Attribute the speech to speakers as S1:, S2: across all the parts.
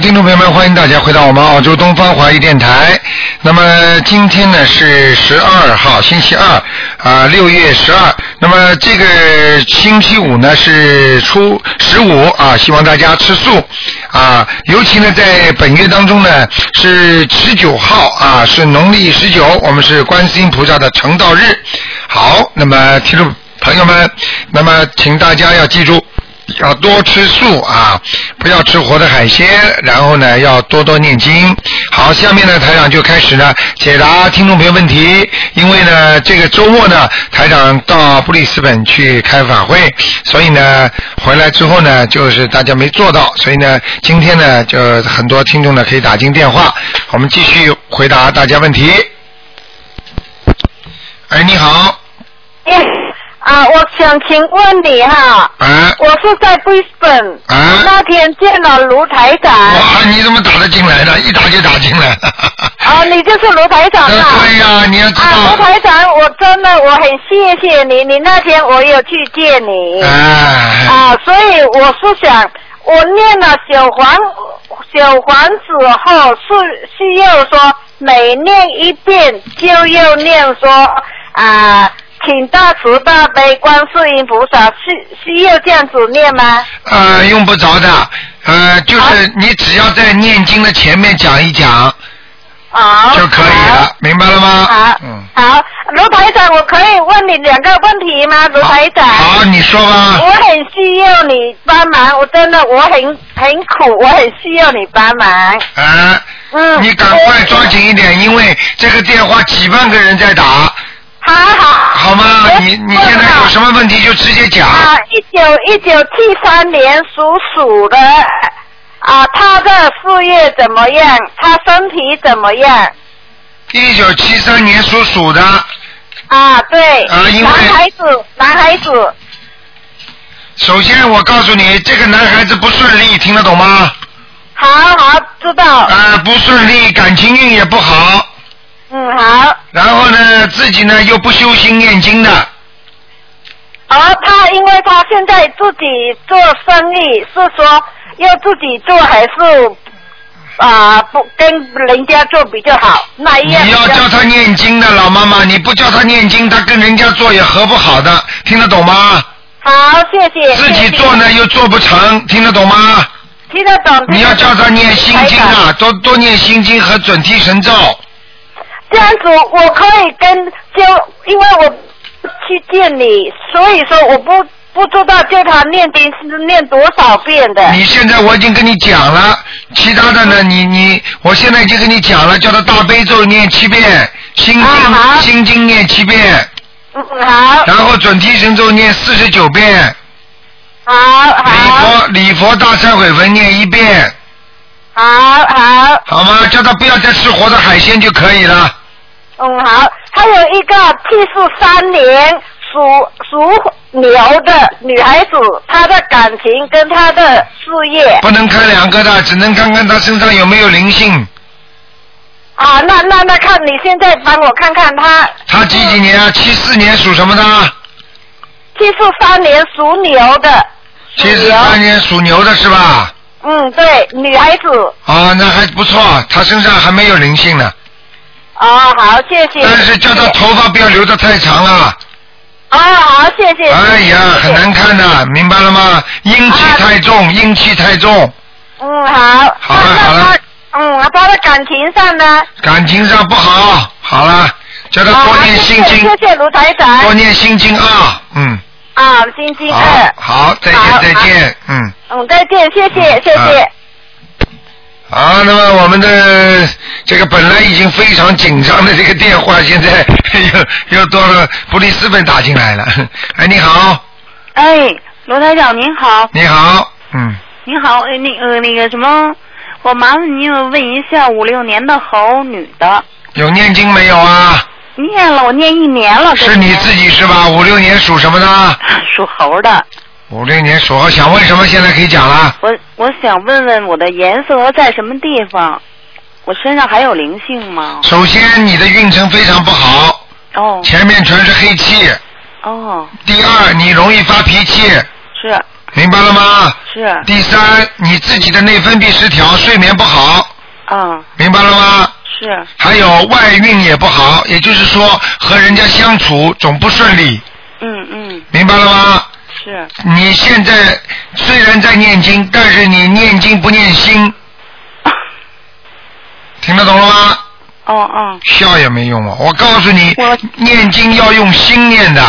S1: 听众朋友们，欢迎大家回到我们澳洲东方华语电台。那么今天呢是十二号，星期二，啊、六月十二。那么这个星期五呢是初十五啊，希望大家吃素啊。尤其呢在本月当中呢是十九号啊，是农历十九，我们是观世音菩萨的成道日。好，那么听众朋友们，那么请大家要记住。要多吃素啊，不要吃活的海鲜，然后呢，要多多念经。好，下面呢，台长就开始呢解答听众朋友问题。因为呢，这个周末呢，台长到布里斯本去开法会，所以呢，回来之后呢，就是大家没做到，所以呢，今天呢，就很多听众呢可以打进电话，我们继续回答大家问题。哎，你好，
S2: 哎，啊，我想请问你哈，
S1: 哎，
S2: 我是在 Brisbane，、
S1: 啊
S2: 那天见了卢台长，
S1: 哇，你怎么打得进来的？一打就打进来 了。
S2: 啊，你就是卢台长
S1: 呃
S2: 啊。
S1: 对呀、你要知
S2: 啊，卢
S1: 道，
S2: 台长，我真的我很谢谢你，你那天我有去见
S1: 啊
S2: 你，
S1: 哎，
S2: 啊，所以我是想，我念了小黄小黄子后是需要说每念一遍就要念说啊，请大慈大悲观世音菩萨，需需要这样子念吗？
S1: 呃，用不着的，呃，就是你只要在念经的前面讲一讲
S2: 好，
S1: 就可以了，明白了吗？
S2: 好。
S1: 嗯，
S2: 好，好，卢台长，我可以问你两个问题吗？卢台长。
S1: 好，你说吧
S2: 我。很需要你帮忙，我真的我很很苦，我很需要你帮忙。
S1: 哎，
S2: 嗯，
S1: 你赶快抓紧一点，因为这个电话几万个人在打，
S2: 好好。
S1: 好吗？你你现在有什
S2: 么？
S1: 么问题就直接讲。
S2: 哎啊，一九一九七三年属鼠的，啊，他的事业怎么样？他身体怎么样？
S1: 一九七三年属鼠的，
S2: 啊，对，
S1: 啊因为
S2: 男孩子，男孩子，
S1: 首先我告诉你，这个男孩子不顺利，听得懂吗？
S2: 好好知道，
S1: 啊，不顺利，感情运也不好，
S2: 嗯，好。
S1: 然后呢，自己呢又不修心念经的，
S2: 哎而哦他，因为他现在自己做生意，是说要自己做还是啊、不跟人家做比较好？那一
S1: 你
S2: 样比较
S1: 要教他念经
S2: 嗯
S1: 的老妈妈，你不教他念经，他跟人家做也合不好的，听得懂吗？
S2: 好，谢谢。
S1: 自己
S2: 谢谢
S1: 做呢又做不成，听得懂吗？
S2: 听得懂。
S1: 你要教他念心经
S2: 台长
S1: 啊，多多念心经和准提神咒。
S2: 这样子我可以跟就，因为我去见你，所以说我不不知道叫他念经是念多少遍的。
S1: 你现在我已经跟你讲了，其他的呢，你你，我现在已经跟你讲了，叫他大悲咒念七遍，心经、
S2: 啊好
S1: 心经念七遍，
S2: 嗯，好，
S1: 然后准提神咒念四十九遍，
S2: 好，
S1: 礼
S2: 好，
S1: 佛礼佛大忏悔文念一遍，
S2: 好，好。
S1: 好吗？叫他不要再吃活的海鲜就可以了。
S2: 嗯，好，还有一个七十三年属属牛的女孩子，她的感情跟她的事业
S1: 不能看两个的，只能看看他身上有没有灵性。
S2: 啊，那那那看你现在帮我看看她
S1: 他几几年啊？
S2: 嗯
S1: 七四年属什么的？
S2: 七十三年属牛的，属
S1: 七四
S2: 牛，
S1: 三年属牛的是吧？
S2: 嗯，对，女孩子，
S1: 啊，那还不错，他身上还没有灵性呢。
S2: 哦，好，谢谢。
S1: 但是叫他
S2: 谢谢
S1: 头发不要留得太长啊！
S2: 哦，好，谢谢。
S1: 哎呀，
S2: 谢
S1: 很
S2: 谢
S1: 难。看的、明白了吗？阴气
S2: 啊
S1: 太重，阴气太重，
S2: 嗯，好。
S1: 好了
S2: 那
S1: 好了。
S2: 那她嗯，她的感情上呢？
S1: 感情上不好。好了，叫他多
S2: 啊
S1: 念
S2: 谢
S1: 心
S2: 谢
S1: 经。
S2: 谢谢卢台长。
S1: 多念心经啊，嗯，
S2: 啊，星期
S1: 好
S2: 二，，
S1: 好，再见，
S2: 好
S1: 再见，嗯，
S2: 嗯，再见，谢谢，谢
S1: 啊
S2: 谢。
S1: 好，那么我们的这个本来已经非常紧张的这个电话，现在 又又多了布里斯本打进来了，哎，你好，
S3: 哎，罗台长您好，
S1: 你好，嗯，
S3: 您好，呃那呃那个什么，我麻烦您问一下，五六年的猴女的，
S1: 有念经没有啊？
S3: 念了我念一年
S2: 哦
S3: 了，
S1: 是你自
S3: 己
S1: 己是吧？五六年属什么的？
S3: 属猴的，
S1: 五六年属猴，想问什么现在可以讲
S2: 哦
S1: 了。
S3: 我我想问问我的颜色在什么地方，我身上还有灵性吗？
S1: 首先，你的运程非常不好，
S3: 哦
S1: 前面全是黑气；
S3: 哦，
S1: 第二，你容易发脾气；
S3: 是
S1: 明白了吗？
S3: 是，
S1: 第三，你自己的内分泌失调，睡眠不好，
S2: 啊
S3: 嗯，
S1: 明白了吗？
S3: 是，
S1: 还有外运也不好，也就是说和人家相处总不顺利，
S3: 嗯嗯，
S1: 明白了吗？
S3: 是，
S1: 你现在虽然在念经，但是你念经不念心，听得懂了吗？
S3: 哦哦，
S1: 笑也没用啊！我告诉你
S3: 我，
S1: 念经要用心念的。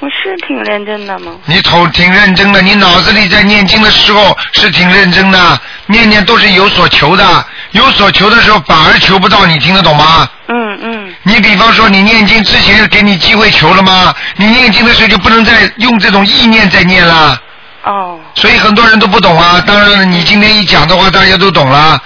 S3: 我是挺认真的吗？
S1: 你头挺认真的，你脑子里在念经的时候是挺认真的，念念都是有所求的，有所求的时候反而求不到，你听得懂吗？
S3: 嗯嗯，
S1: 你比方说，你念经之前给你机会求了吗？你念经的时候就不能再用这种意念再念了，
S3: 哦，
S1: 所以很多人都不懂啊。当然了，你今天一讲的话，大家都懂了。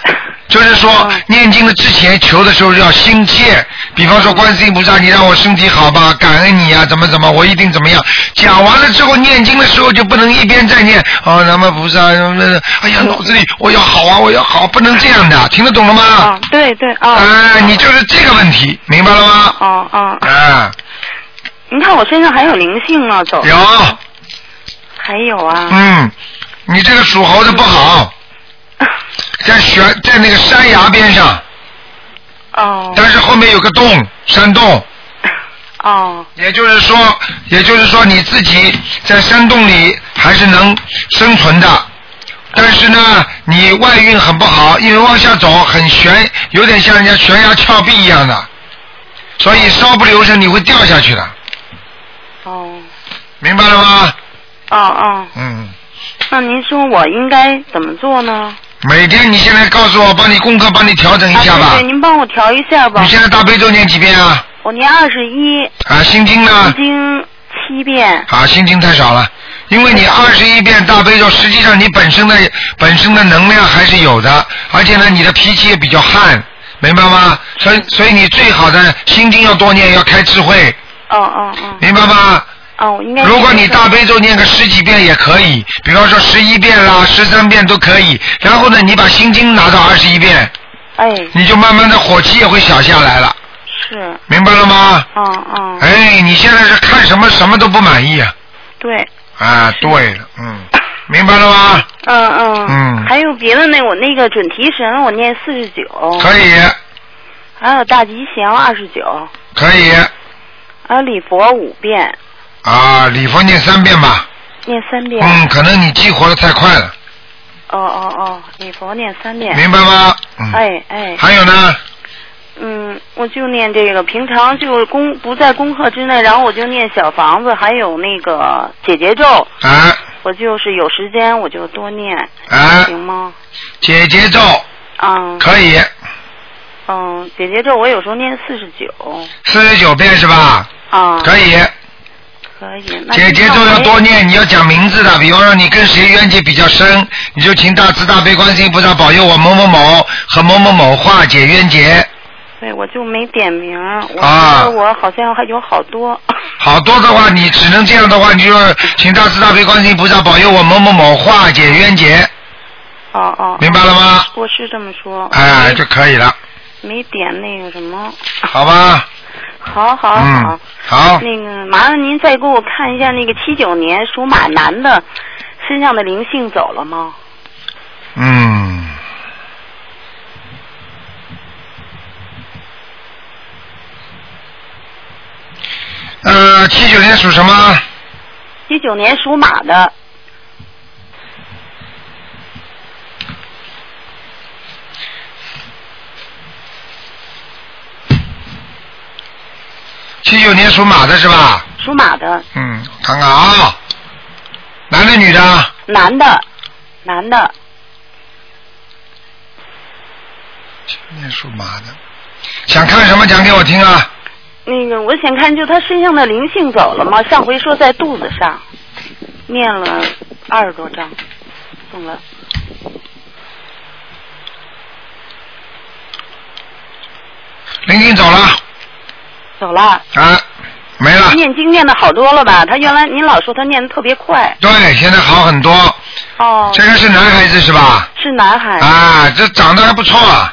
S1: 就是说
S3: 嗯，
S1: 念经的之前求的时候要心切，比方说观世音菩萨，你让我身体好吧，感恩你呀、啊怎么怎么，我一定怎么样。讲完了之后，念经的时候就不能一边在念啊，南无菩萨，呃哎呀，脑子里我要好啊，我要好，不能这样的，听得懂了吗
S3: 哦？，对对，哦，
S1: 哎，啊你就是这个问题，明白了吗？
S3: 哦哦，
S1: 啊，
S3: 你看我身上还有灵性啊，走，
S1: 有，
S3: 还有啊，
S1: 嗯，你这个属猴的不好，嗯在悬在那个山崖边上，
S3: 哦
S1: 但是后面有个洞，山洞。
S3: 哦，
S1: 也就是说，也就是说你自己在山洞里还是能生存的，但是呢，你外运很不好，因为往下走很悬，有点像人家悬崖峭壁一样的，所以稍不留神你会掉下去的，
S3: 哦
S1: 明白了吗？
S3: 哦哦，
S1: 嗯，
S3: 那您说我应该怎么做呢？
S1: 每天你现在告诉我，帮你功课帮你调整一
S3: 啊，
S1: 下吧
S3: 对对，。您帮我调一下吧
S1: 你。现在大悲咒念几遍啊？
S3: 我念二十一，
S1: 啊，心经呢
S3: 已？经七遍。
S1: 啊，心经太少了，因为你二十一遍大悲咒，实际上你本身的本身的能量还是有的，而且呢，你的脾气也比较悍，明白吗？所以所以你最好的心经要多念，要开智慧，
S3: 哦哦哦，
S1: 明白吗？
S3: 哦，我应该。
S1: 如果你大悲咒念个十几遍也可以，比方说十一遍啦、十三遍都可以。然后呢，你把心经拿到二十一遍，
S3: 哎，
S1: 你就慢慢的火气也会小下来了，
S3: 是，
S1: 明白了吗？
S3: 哦哦，
S1: 哎，你现在是看什么什么都不满意啊？
S3: 对，
S1: 啊，对了，嗯，明白了吗？
S3: 嗯嗯，
S1: 嗯
S3: 还有别的呢，我那个准提神我念四十九，
S1: 可以，
S3: 还有大吉祥二十九，
S1: 可以
S3: 还有礼佛五遍，
S1: 啊，礼佛念三遍吧。
S3: 念三遍。
S1: 嗯，可能你激活的太快了，
S3: 哦哦哦，礼佛念三遍。
S1: 明白吗？嗯。
S3: 哎哎，
S1: 还有呢，
S3: 嗯，我就念这个，平常就是功不在功课之内，然后我就念小房子，还有那个解结咒，
S1: 啊
S3: 我就是有时间我就多念，
S1: 啊，
S3: 行吗？
S1: 解结咒
S3: 嗯
S1: 可以
S3: 嗯，姐姐，这我有时候念四十九
S1: 四十九遍是吧？
S3: 啊，
S1: 可以，
S3: 可以。那
S1: 解结咒要多念，你要讲名字的，比方说你跟谁冤结比较深，你就请大慈大悲观世音菩萨保佑我某某某和某某某化解冤结。
S3: 对，我就没点名儿，我
S1: 啊
S3: 觉得我好像还有好多。
S1: 好多的话，你只能这样的话，你就说请大慈大悲观世音菩萨保佑我某某某化解冤结，
S3: 哦哦，
S1: 明白了吗？
S3: 我是这么说。
S1: 哎，
S3: 没
S1: 就可以了，
S3: 没点那个什么。
S1: 好吧？
S3: 好好好
S1: 嗯，，好，
S3: 那个麻烦您再给我看一下那个七九年属马男的身上的灵性走了吗？
S1: 嗯。呃，七九年属什么？
S3: 七九年属马的，
S1: 七九年属马的是吧？
S3: 属马的
S1: 嗯，看看啊，男的女的？
S3: 男的，男的，
S1: 七九年属马的，想看什么讲给我听啊？
S3: 那个，我想看，就他身上的灵性走了吗？上回说在肚子上，念了二十多章，懂了。
S1: 林静走了
S3: 走了，
S1: 啊，没了。
S3: 念经念的好多了吧？他原来您老说他念的特别快，
S1: 对，现在好很多。
S3: 哦，哎
S1: 这个是男孩子是吧？
S3: 是男孩。
S1: 啊，这长得还不错啊。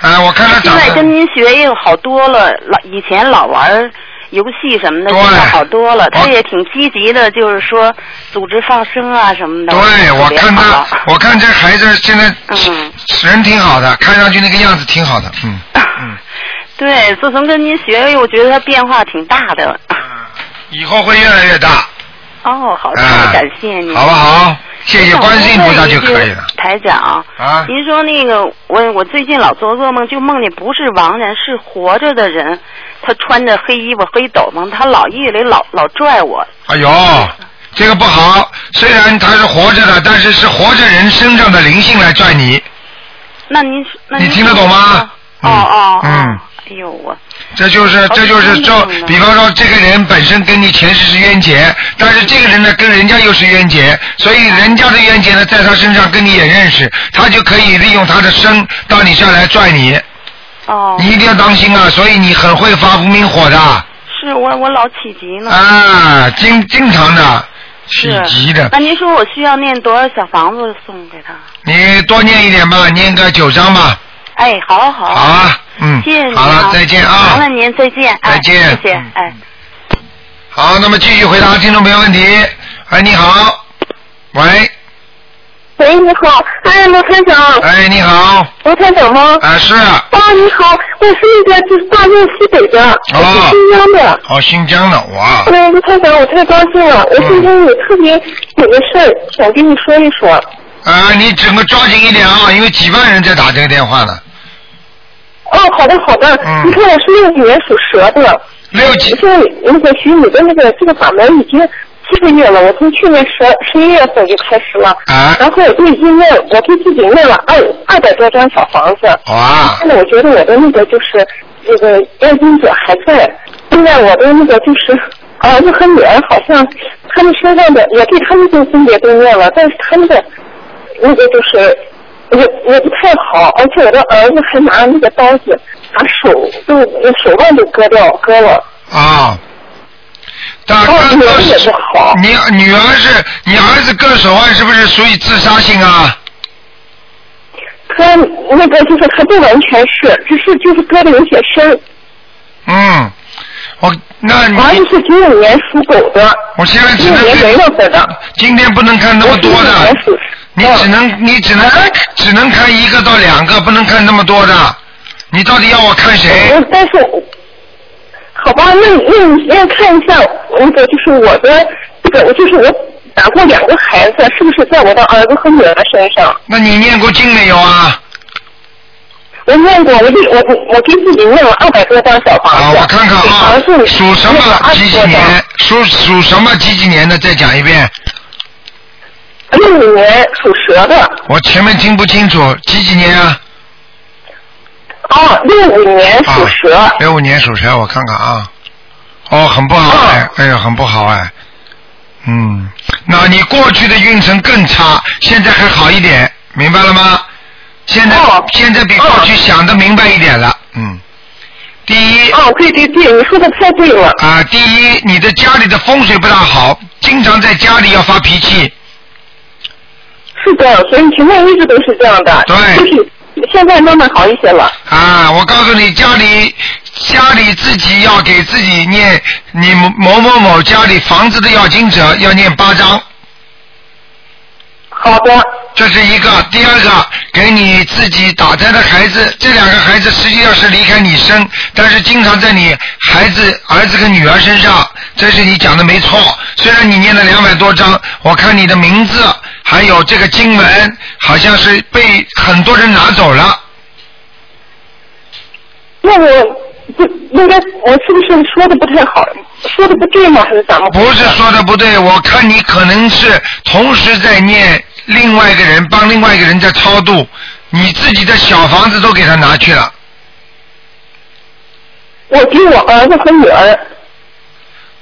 S1: 啊，我看他
S3: 现
S1: 长
S3: 在跟
S1: 得
S3: 您学也有好多了，老以前老玩游戏什么的，
S1: 对
S3: 现在好多了。
S1: 我
S3: 他也挺积极的，就是说组织放生啊什么的。
S1: 对，我看他
S3: 他，，
S1: 我看这孩子现在
S3: 嗯，
S1: 人挺好的，看上去那个样子挺好的，嗯。
S3: 对，自从跟您学，我觉得他变化挺大的。
S1: 以后会越来越大，
S3: 哦，好，
S1: 啊
S3: 太感谢您。
S1: 好不好？谢谢观世音菩萨就可以了。。
S3: 台长，
S1: 啊
S3: 您说那个我我最近老做噩梦，就梦见不是亡人，是活着的人，他穿着黑衣服、黑斗篷，他老夜里老老拽我。
S1: 哎呦，这个不好。虽然他是活着的，但是是活着人身上的灵性来拽你，
S3: 那您是那您
S1: 你听得懂吗
S3: 哦哦，哦
S1: 嗯，
S3: 哎呦我，
S1: 这就是
S3: 哦
S1: 这就是
S3: 这样
S1: 说
S3: 的，
S1: 比方说这个人本身跟你前世是冤结，但是这个人呢跟人家又是冤结，所以人家的冤结呢在他身上跟你也认识，他就可以利用他的身到你这儿来拽你，
S3: 哦，
S1: 你一定要当心啊！所以你很会发无名火的。
S3: 是我我老起急呢，
S1: 啊，经经常的，
S3: 嗯是
S1: 喜极的嗯
S3: 那。您说我需要念多少小房子送给他？
S1: 你多念一点吧，念个九章吧。
S3: 哎，好好
S1: 好，啊，嗯，
S3: 谢谢您啊
S1: 好了，再见
S3: 麻
S1: 啊
S3: 烦。您再见，哎
S1: 再见
S3: 谢谢
S1: 嗯，
S3: 哎。
S1: 好，那么继续回答听众朋友问题。哎，你好，喂，
S4: 喂，你好，哎，罗团长，
S1: 哎，你好，
S4: 罗团长吗？
S1: 啊是，
S4: 啊，你好，我是那个就是大陆西北的，我是新疆的。
S1: 哦，新疆的我，
S4: 哎，罗团长，我太高兴了，
S1: 嗯
S4: 我今天有特别有个事儿想跟你说一说。哦
S1: 啊，你整个抓紧一点啊，因为几万人在打这个电话呢。
S4: 哦，好的好的，
S1: 嗯
S4: 你看我是六几年属蛇的，
S1: 六几
S4: 现在那个学你的那个这个法门已经七个月了，我从去年十十一月份就开始了，
S1: 啊，
S4: 然后我就已经念，我给自己念了二二百多张小房子。
S1: 哦哇，
S4: 现在我觉得我的那个就是那个念经者还在，现在我的那个就是儿子和女儿好像他们身上的，我对他们的分别都念了，但是他们的那个就是也也不太好，而且我的儿子还拿那个刀子把手都手腕都割掉割了。
S1: 啊，大
S4: 哦
S1: 哥
S4: 女
S1: 哥
S4: 儿也
S1: 是
S4: 不好，
S1: 你女儿是你儿子割手腕是不是属于自杀性啊？
S4: 他那个就是还不完全是，只是就是割的有些深，
S1: 嗯，我那你
S4: 儿子是九五年属狗的，
S1: 我现在只
S4: 九五年
S1: 能
S4: 元月份的。
S1: 今天不能看那么多
S4: 我是
S1: 的
S4: 一年，啊属
S1: 你只能你只能只能看一个到两个，不能看那么多的。你到底要我看谁？
S4: 我但是我，好吧，那你那你先看一下那个，就是我的这个，就是我打过两个孩子，是不是在我的儿子和女儿身上？
S1: 那你念过经没有啊？
S4: 我念过，我给我我给自己念了二百多张小
S1: 啊，
S4: 房子，
S1: 我看看啊
S4: 小房，子
S1: 属什
S4: 念了
S1: 么
S4: 20
S1: 几几
S4: 多张
S1: 年？？属属什么几几年的？再讲一遍，
S4: 六五年属蛇的，
S1: 我前面听不清楚，几几年啊？
S4: 哦，六五年
S1: 啊
S4: 属蛇，
S1: 六五年属蛇，我看看啊。哦，很不好哎
S4: 啊，
S1: 哎呦，很不好哎。嗯，那你过去的运程更差，现在还好一点，明白了吗？现在、
S4: 哦
S1: 现在比过去想的明白一点了。嗯，第一啊、
S4: 哦，对对对，你说的太对了，
S1: 第一，你的家里的风水不大好，经常在家里要发脾气。
S4: 是这样，所以前面一直都是这样的，
S1: 对
S4: 就是现在慢慢好一些了。
S1: 啊，我告诉你，家里家里自己要给自己念，你某某某家里房子的要经者要念八章。
S4: 好的，
S1: 这是一个，第二个给你自己打胎的孩子，这两个孩子实际上是离开你生，但是经常在你孩子、儿子跟女儿身上，这是你讲的没错。虽然你念了两百多章，我看你的名字还有这个经文，好像是被很多人拿走了。
S4: 那我不应该，我是不是说的不太好，说的不对吗？还是怎么？
S1: 哦不是说的不对，我看你可能是同时在念另外一个人，帮另外一个人在超度，你自己的小房子都给他拿去了。
S4: 我给我儿子和女儿，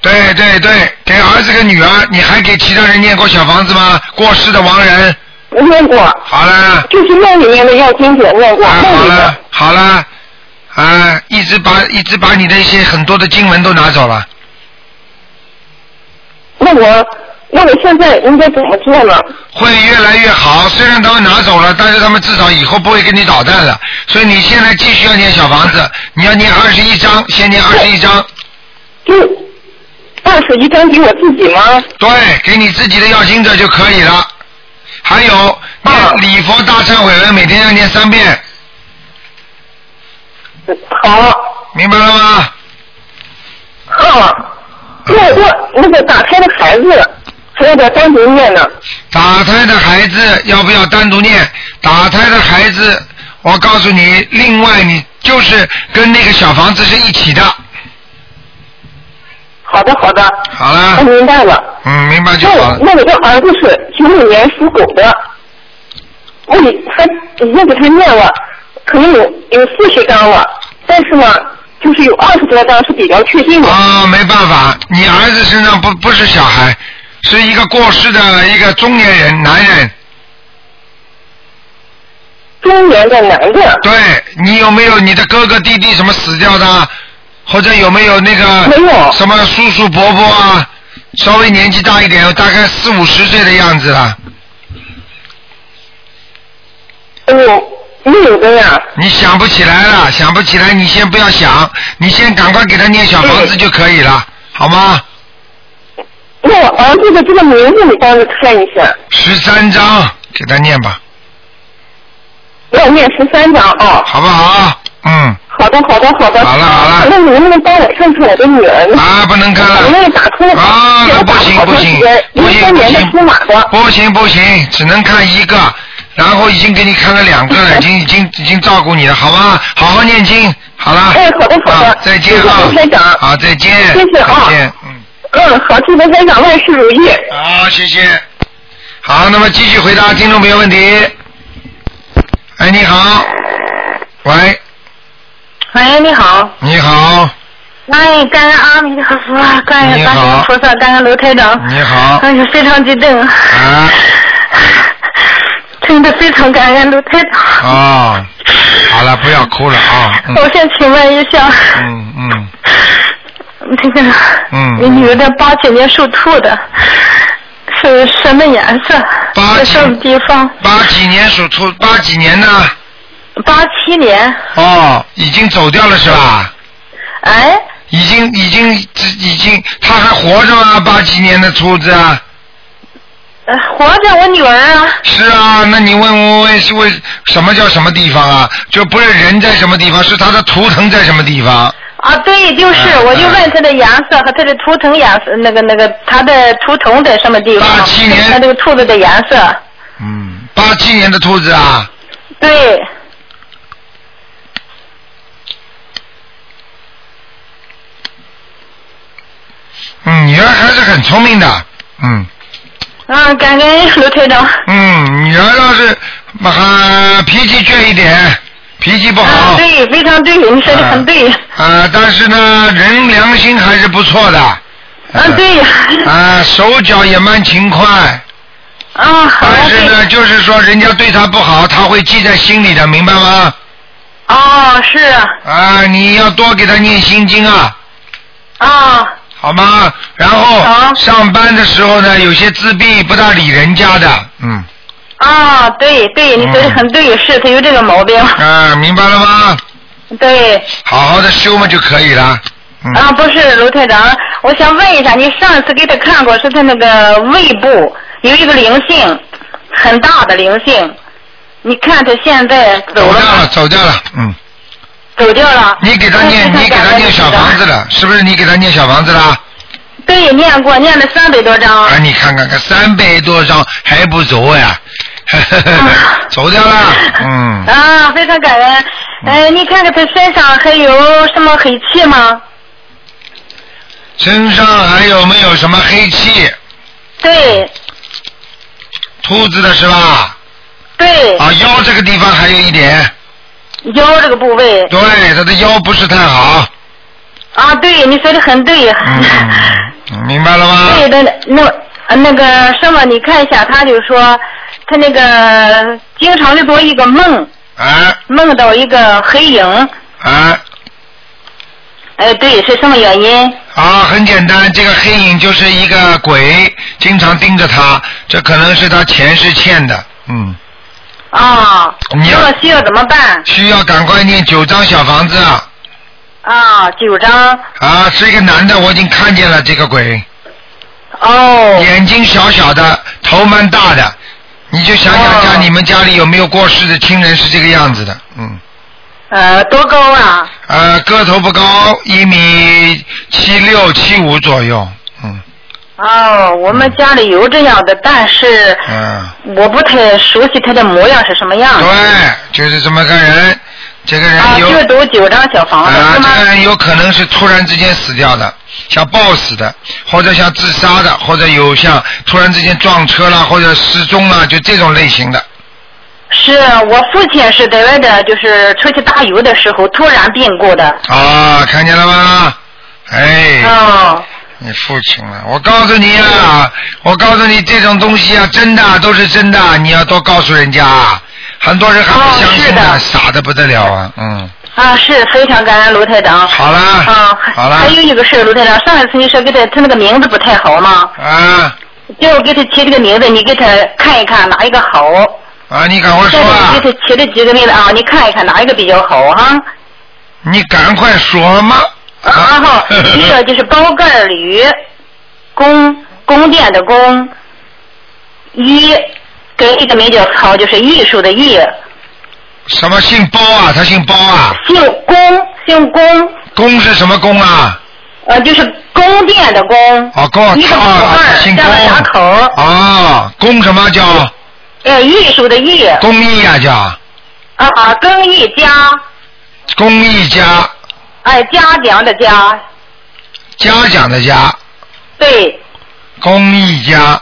S1: 对对对，给儿子跟女儿，你还给其他人念过小房子吗？过世的亡人，
S4: 我念过，
S1: 好了，
S4: 就是梦里面的要经者念过，
S1: 啊，
S4: 梦
S1: 好
S4: 里
S1: 了
S4: 的。，
S1: 好了，啊，一直把一直把你的一些很多的经文都拿走了。
S4: 那我，那我现在应该怎么做呢？
S1: 会越来越好，虽然他们拿走了，但是他们至少以后不会跟你捣蛋了。所以你现在继续要念小房子，你要念二十一章，先念二十一章，
S4: 就二十一张给我自己吗？
S1: 对，给你自己的要经者就可以了。还有念礼佛大忏悔文，每天要念三遍，
S4: 好，
S1: 明白了吗？
S4: 好。那我那个打胎的孩子还要在单独念呢。
S1: 打胎的孩子要不要单独念？打胎的孩子，我告诉你，另外你就是跟那个小房子是一起的。
S4: 好的，好的，
S1: 好
S4: 我
S1: 了，
S4: 明白了。
S1: 嗯，明白就
S4: 那
S1: 好
S4: 我
S1: 了。
S4: 那我这儿子是九五年属狗的，我给他已经给他念了，可能有有四十张了，但是呢，就是有二十多张是比较确定的。
S1: 啊、没办法，你儿子身上不不是小孩，是一个过世的一个中年人男人。
S4: 中年的男的，
S1: 对你有没有你的哥哥弟弟什么死掉的啊，或者有没有那个
S4: 没有
S1: 什么叔叔伯伯啊？稍微年纪大一点，大概四五十岁的样子了。
S4: 哎呦，没有的呀。
S1: 你想不起来了，想不起来，你先不要想，你先赶快给他念小房子就可以了，好吗？
S4: 那我儿子的这个名字你帮着看一下，
S1: 十三章，给他念吧，
S4: 要念十三张啊、
S1: 好不好？嗯，
S4: 好的，好的，好的。
S1: 好了好了
S4: 那你能不能帮我看看我的女儿呢？
S1: 啊，不能看
S4: 我
S1: 了
S4: 那。个打通了，
S1: 啊，那
S4: 我
S1: 不
S4: 打了
S1: 行
S4: 好
S1: 不
S4: 长
S1: 行
S4: 时间，
S1: 不
S4: 零三
S1: 行不
S4: 年的
S1: 行，
S4: 属马的。
S1: 不行不行，只能看一个，然后已经给你看了两个了，已经已经已经照顾你了，好吗？好好念经，好了。
S4: 哎好的好的
S1: 啊再见
S4: 谢谢
S1: 啊
S4: 卢台，长
S1: 好，再见，
S4: 谢谢啊
S1: 再见，嗯。
S4: 嗯，好，祝文台长万事如意。
S1: 好，谢谢。好，那么继续回答听众朋友问题。哎，你好，喂，
S5: 喂，
S2: 哎
S5: 你好。
S1: 你好，
S5: 哎，感恩阿弥陀佛，感恩
S1: 你
S5: 观世
S1: 好
S5: 音菩萨，感恩刘台长。
S1: 你好，
S5: 哎呀，非常激动，
S1: 啊，
S5: 真的非常感恩刘台长。
S1: 哦，好了，不要哭了啊，嗯
S5: 我想请问一下，
S1: 嗯嗯，
S5: 这个
S1: 嗯
S5: 你女儿的八九年属兔的，是什么颜色？
S1: 八
S5: 在
S1: 几
S5: 什么地方？
S1: 八几年属兔，八几年呢？
S5: 八七年。
S1: 哦，已经走掉了是吧？
S5: 哎，
S1: 已经已经已经，他还活着吗？八几年的兔子啊？
S5: 呃活着我女儿啊，
S1: 是啊，那你问问问是为什么叫什么地方啊？就不是人在什么地方，是他的图腾在什么地方？
S5: 啊，对，就是，
S1: 嗯
S5: 我就
S1: 嗯
S5: 问她的颜色和她的图腾颜色，那个那个她的图腾在什么地方？
S1: 87年
S5: 她这个兔子的颜色，
S1: 嗯，八七年的兔子啊，
S5: 对，
S1: 嗯，女儿还是很聪明的，嗯
S5: 嗯，感恩刘台长。
S1: 嗯，女儿倒是嘛还脾气倔一点，脾气不
S5: 啊，
S1: 好，
S5: 对，非常对，你说的很对。
S1: 啊，但是呢，人良心还是不错的，啊
S5: 啊，对呀。
S1: 啊，手脚也蛮勤快，
S5: 啊，好
S1: 但
S5: 了，
S1: 是
S5: 对。
S1: 呢，就是说人家对他不好，他会记在心里的，明白吗？
S5: 哦，是啊
S1: 啊，你要多给他念心经啊，
S5: 啊，
S1: 好吗？然后
S5: 好
S1: 上班的时候呢，有些自闭，不大理人家的，嗯，
S5: 啊，对对，你说的很对，是她有这个毛病。
S1: 啊，明白了吗？嗯
S5: 对，
S1: 好好的修嘛就可以了，嗯，
S5: 啊，不是卢台长，我想问一下，你上次给他看过是他那个胃部有一个灵性，很大的灵性，你看他现在走
S1: 走
S5: 了
S1: 掉了，
S5: 吗？
S1: 走掉了，嗯，
S5: 走掉了。
S1: 你给他念，
S5: 那
S1: 你给他念小房子
S5: 了？
S1: 了，是不是？你给他念小房子了？
S5: 啊对，念过，念了三百多张。
S1: 啊，你看看看，三百多张还不走呀、
S5: 啊
S1: 走 掉了，嗯，
S5: 啊，非常感恩。哎，你看看他身上还有什么黑气吗？
S1: 身上还有没有什么黑气？
S5: 对，
S1: 兔子的是吧？
S5: 对，
S1: 啊，腰这个地方还有一点，
S5: 腰这个部位。
S1: 对，他的腰不是太好，
S5: 啊，对，你说的很对。
S1: 嗯，明白了
S5: 对
S1: 吗？
S5: 的，那呃那个什么，你看一下，他就说他那个经常就做一个梦，
S1: 啊
S5: 梦到一个黑影，
S1: 啊
S5: 哎，对，是什么原因？
S1: 啊，很简单，这个黑影就是一个鬼，经常盯着他，这可能是他前世欠的，嗯，
S5: 啊，
S1: 你要
S4: 哦
S5: 那么需要怎么办？
S1: 需要赶快念九张小房子啊，
S4: 啊，九张。
S1: 啊，是一个男的，我已经看见了这个鬼，
S4: 哦，
S1: 眼睛小小的，头蛮大的，你就想想看
S4: 哦
S1: 你们家里有没有过世的亲人是这个样子的，嗯，
S4: 呃，多高啊？
S1: 呃，个头不高，一米七六七五左右，嗯
S4: 哦，我们家里有这样的，但是
S1: 嗯，
S4: 我不太熟悉他的模样是什么样的。
S1: 对，就是这么个人，这个
S4: 啊，
S1: 人有
S4: 就读九张小房子
S1: 哎啊，
S4: 是吗？
S1: 这个人有可能是突然之间死掉的，像暴死的，或者像自杀的，或者有像突然之间撞车啦，或者失踪啦，就这种类型的。
S4: 是我父亲是在外的，就是出去打鱼的时候突然病故的。
S1: 啊，看见了吗？哎，
S4: 哦，
S1: 你父亲了，我告诉你啊，我告诉你这种东西啊，真的都是真的，啊你要多告诉人家啊。很多人还不相信啊
S4: 哦
S1: 傻的不得了啊，嗯，
S4: 啊，是非常感恩卢台长。
S1: 好啦，
S4: 啊，
S1: 好啦
S4: 还，有一个事儿，卢台长，上一次你说给他他那个名字不太好嘛，
S1: 啊
S4: 就我给他起这个名字，你给他看一看哪一个好。
S1: 啊，你赶快说
S4: 现在
S1: 啊
S4: 你，给他起了几个名字啊？你看一看哪一个比较好哈、
S1: 你赶快说嘛，
S4: 然 后一个就是包盖驴，宫宫殿的宫，一给一个名叫好，就是艺术的艺，
S1: 什么姓包啊？他姓包啊？
S4: 姓宫姓宫，
S1: 公是什么公啊？
S4: 呃，就是宫殿的宫，
S1: 哦，公啊
S4: 一个
S1: 啊
S4: 口
S1: 啊，
S4: 儿
S1: 姓
S4: 加
S1: 公。
S4: 个打口儿，
S1: 哦，公什么叫
S4: 呃，艺术的艺，啊
S1: 公益呀、叫
S4: 啊，更艺家，
S1: 公益家
S4: 哎，嘉奖的嘉，
S1: 嘉奖的家
S4: 对，
S1: 公益家。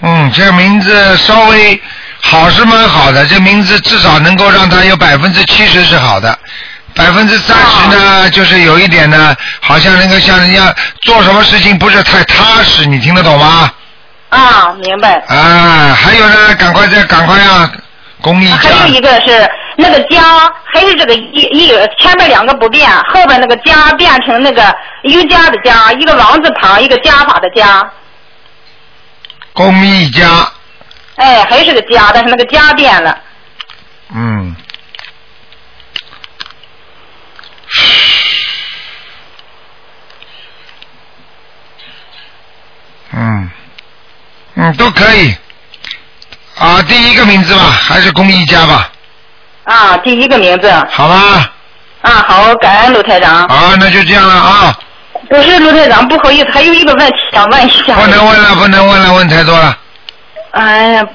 S1: 嗯，这个名字稍微好是蛮好的，这名字至少能够让他有百分之七十是好的，百分之三十
S4: 啊
S1: 呢，就是有一点呢，好像那个像人家做什么事情不是太踏实，你听得懂吗？
S4: 啊，明白。
S1: 啊，还有呢，赶快再赶快啊，公益
S4: 还有
S1: 家
S4: 一个是那个家，还是这个一一前面两个不变，后边那个家变成那个瑜伽的家，一个王字旁，一个加法的加。
S1: 公益家，
S4: 哎，还是个家，但是那个家变了。
S1: 嗯，嗯，嗯，都可以。啊，第一个名字吧，还是公益家吧，
S4: 啊，第一个名字啊，
S1: 好吧？
S4: 好，感恩卢台长。
S1: 啊，那就这样了啊，
S4: 不是卢台长，不好意思，还有一个问题想问一下。
S1: 不能问了，不能问了，问太多
S4: 啊
S1: 了，
S4: 哎呀，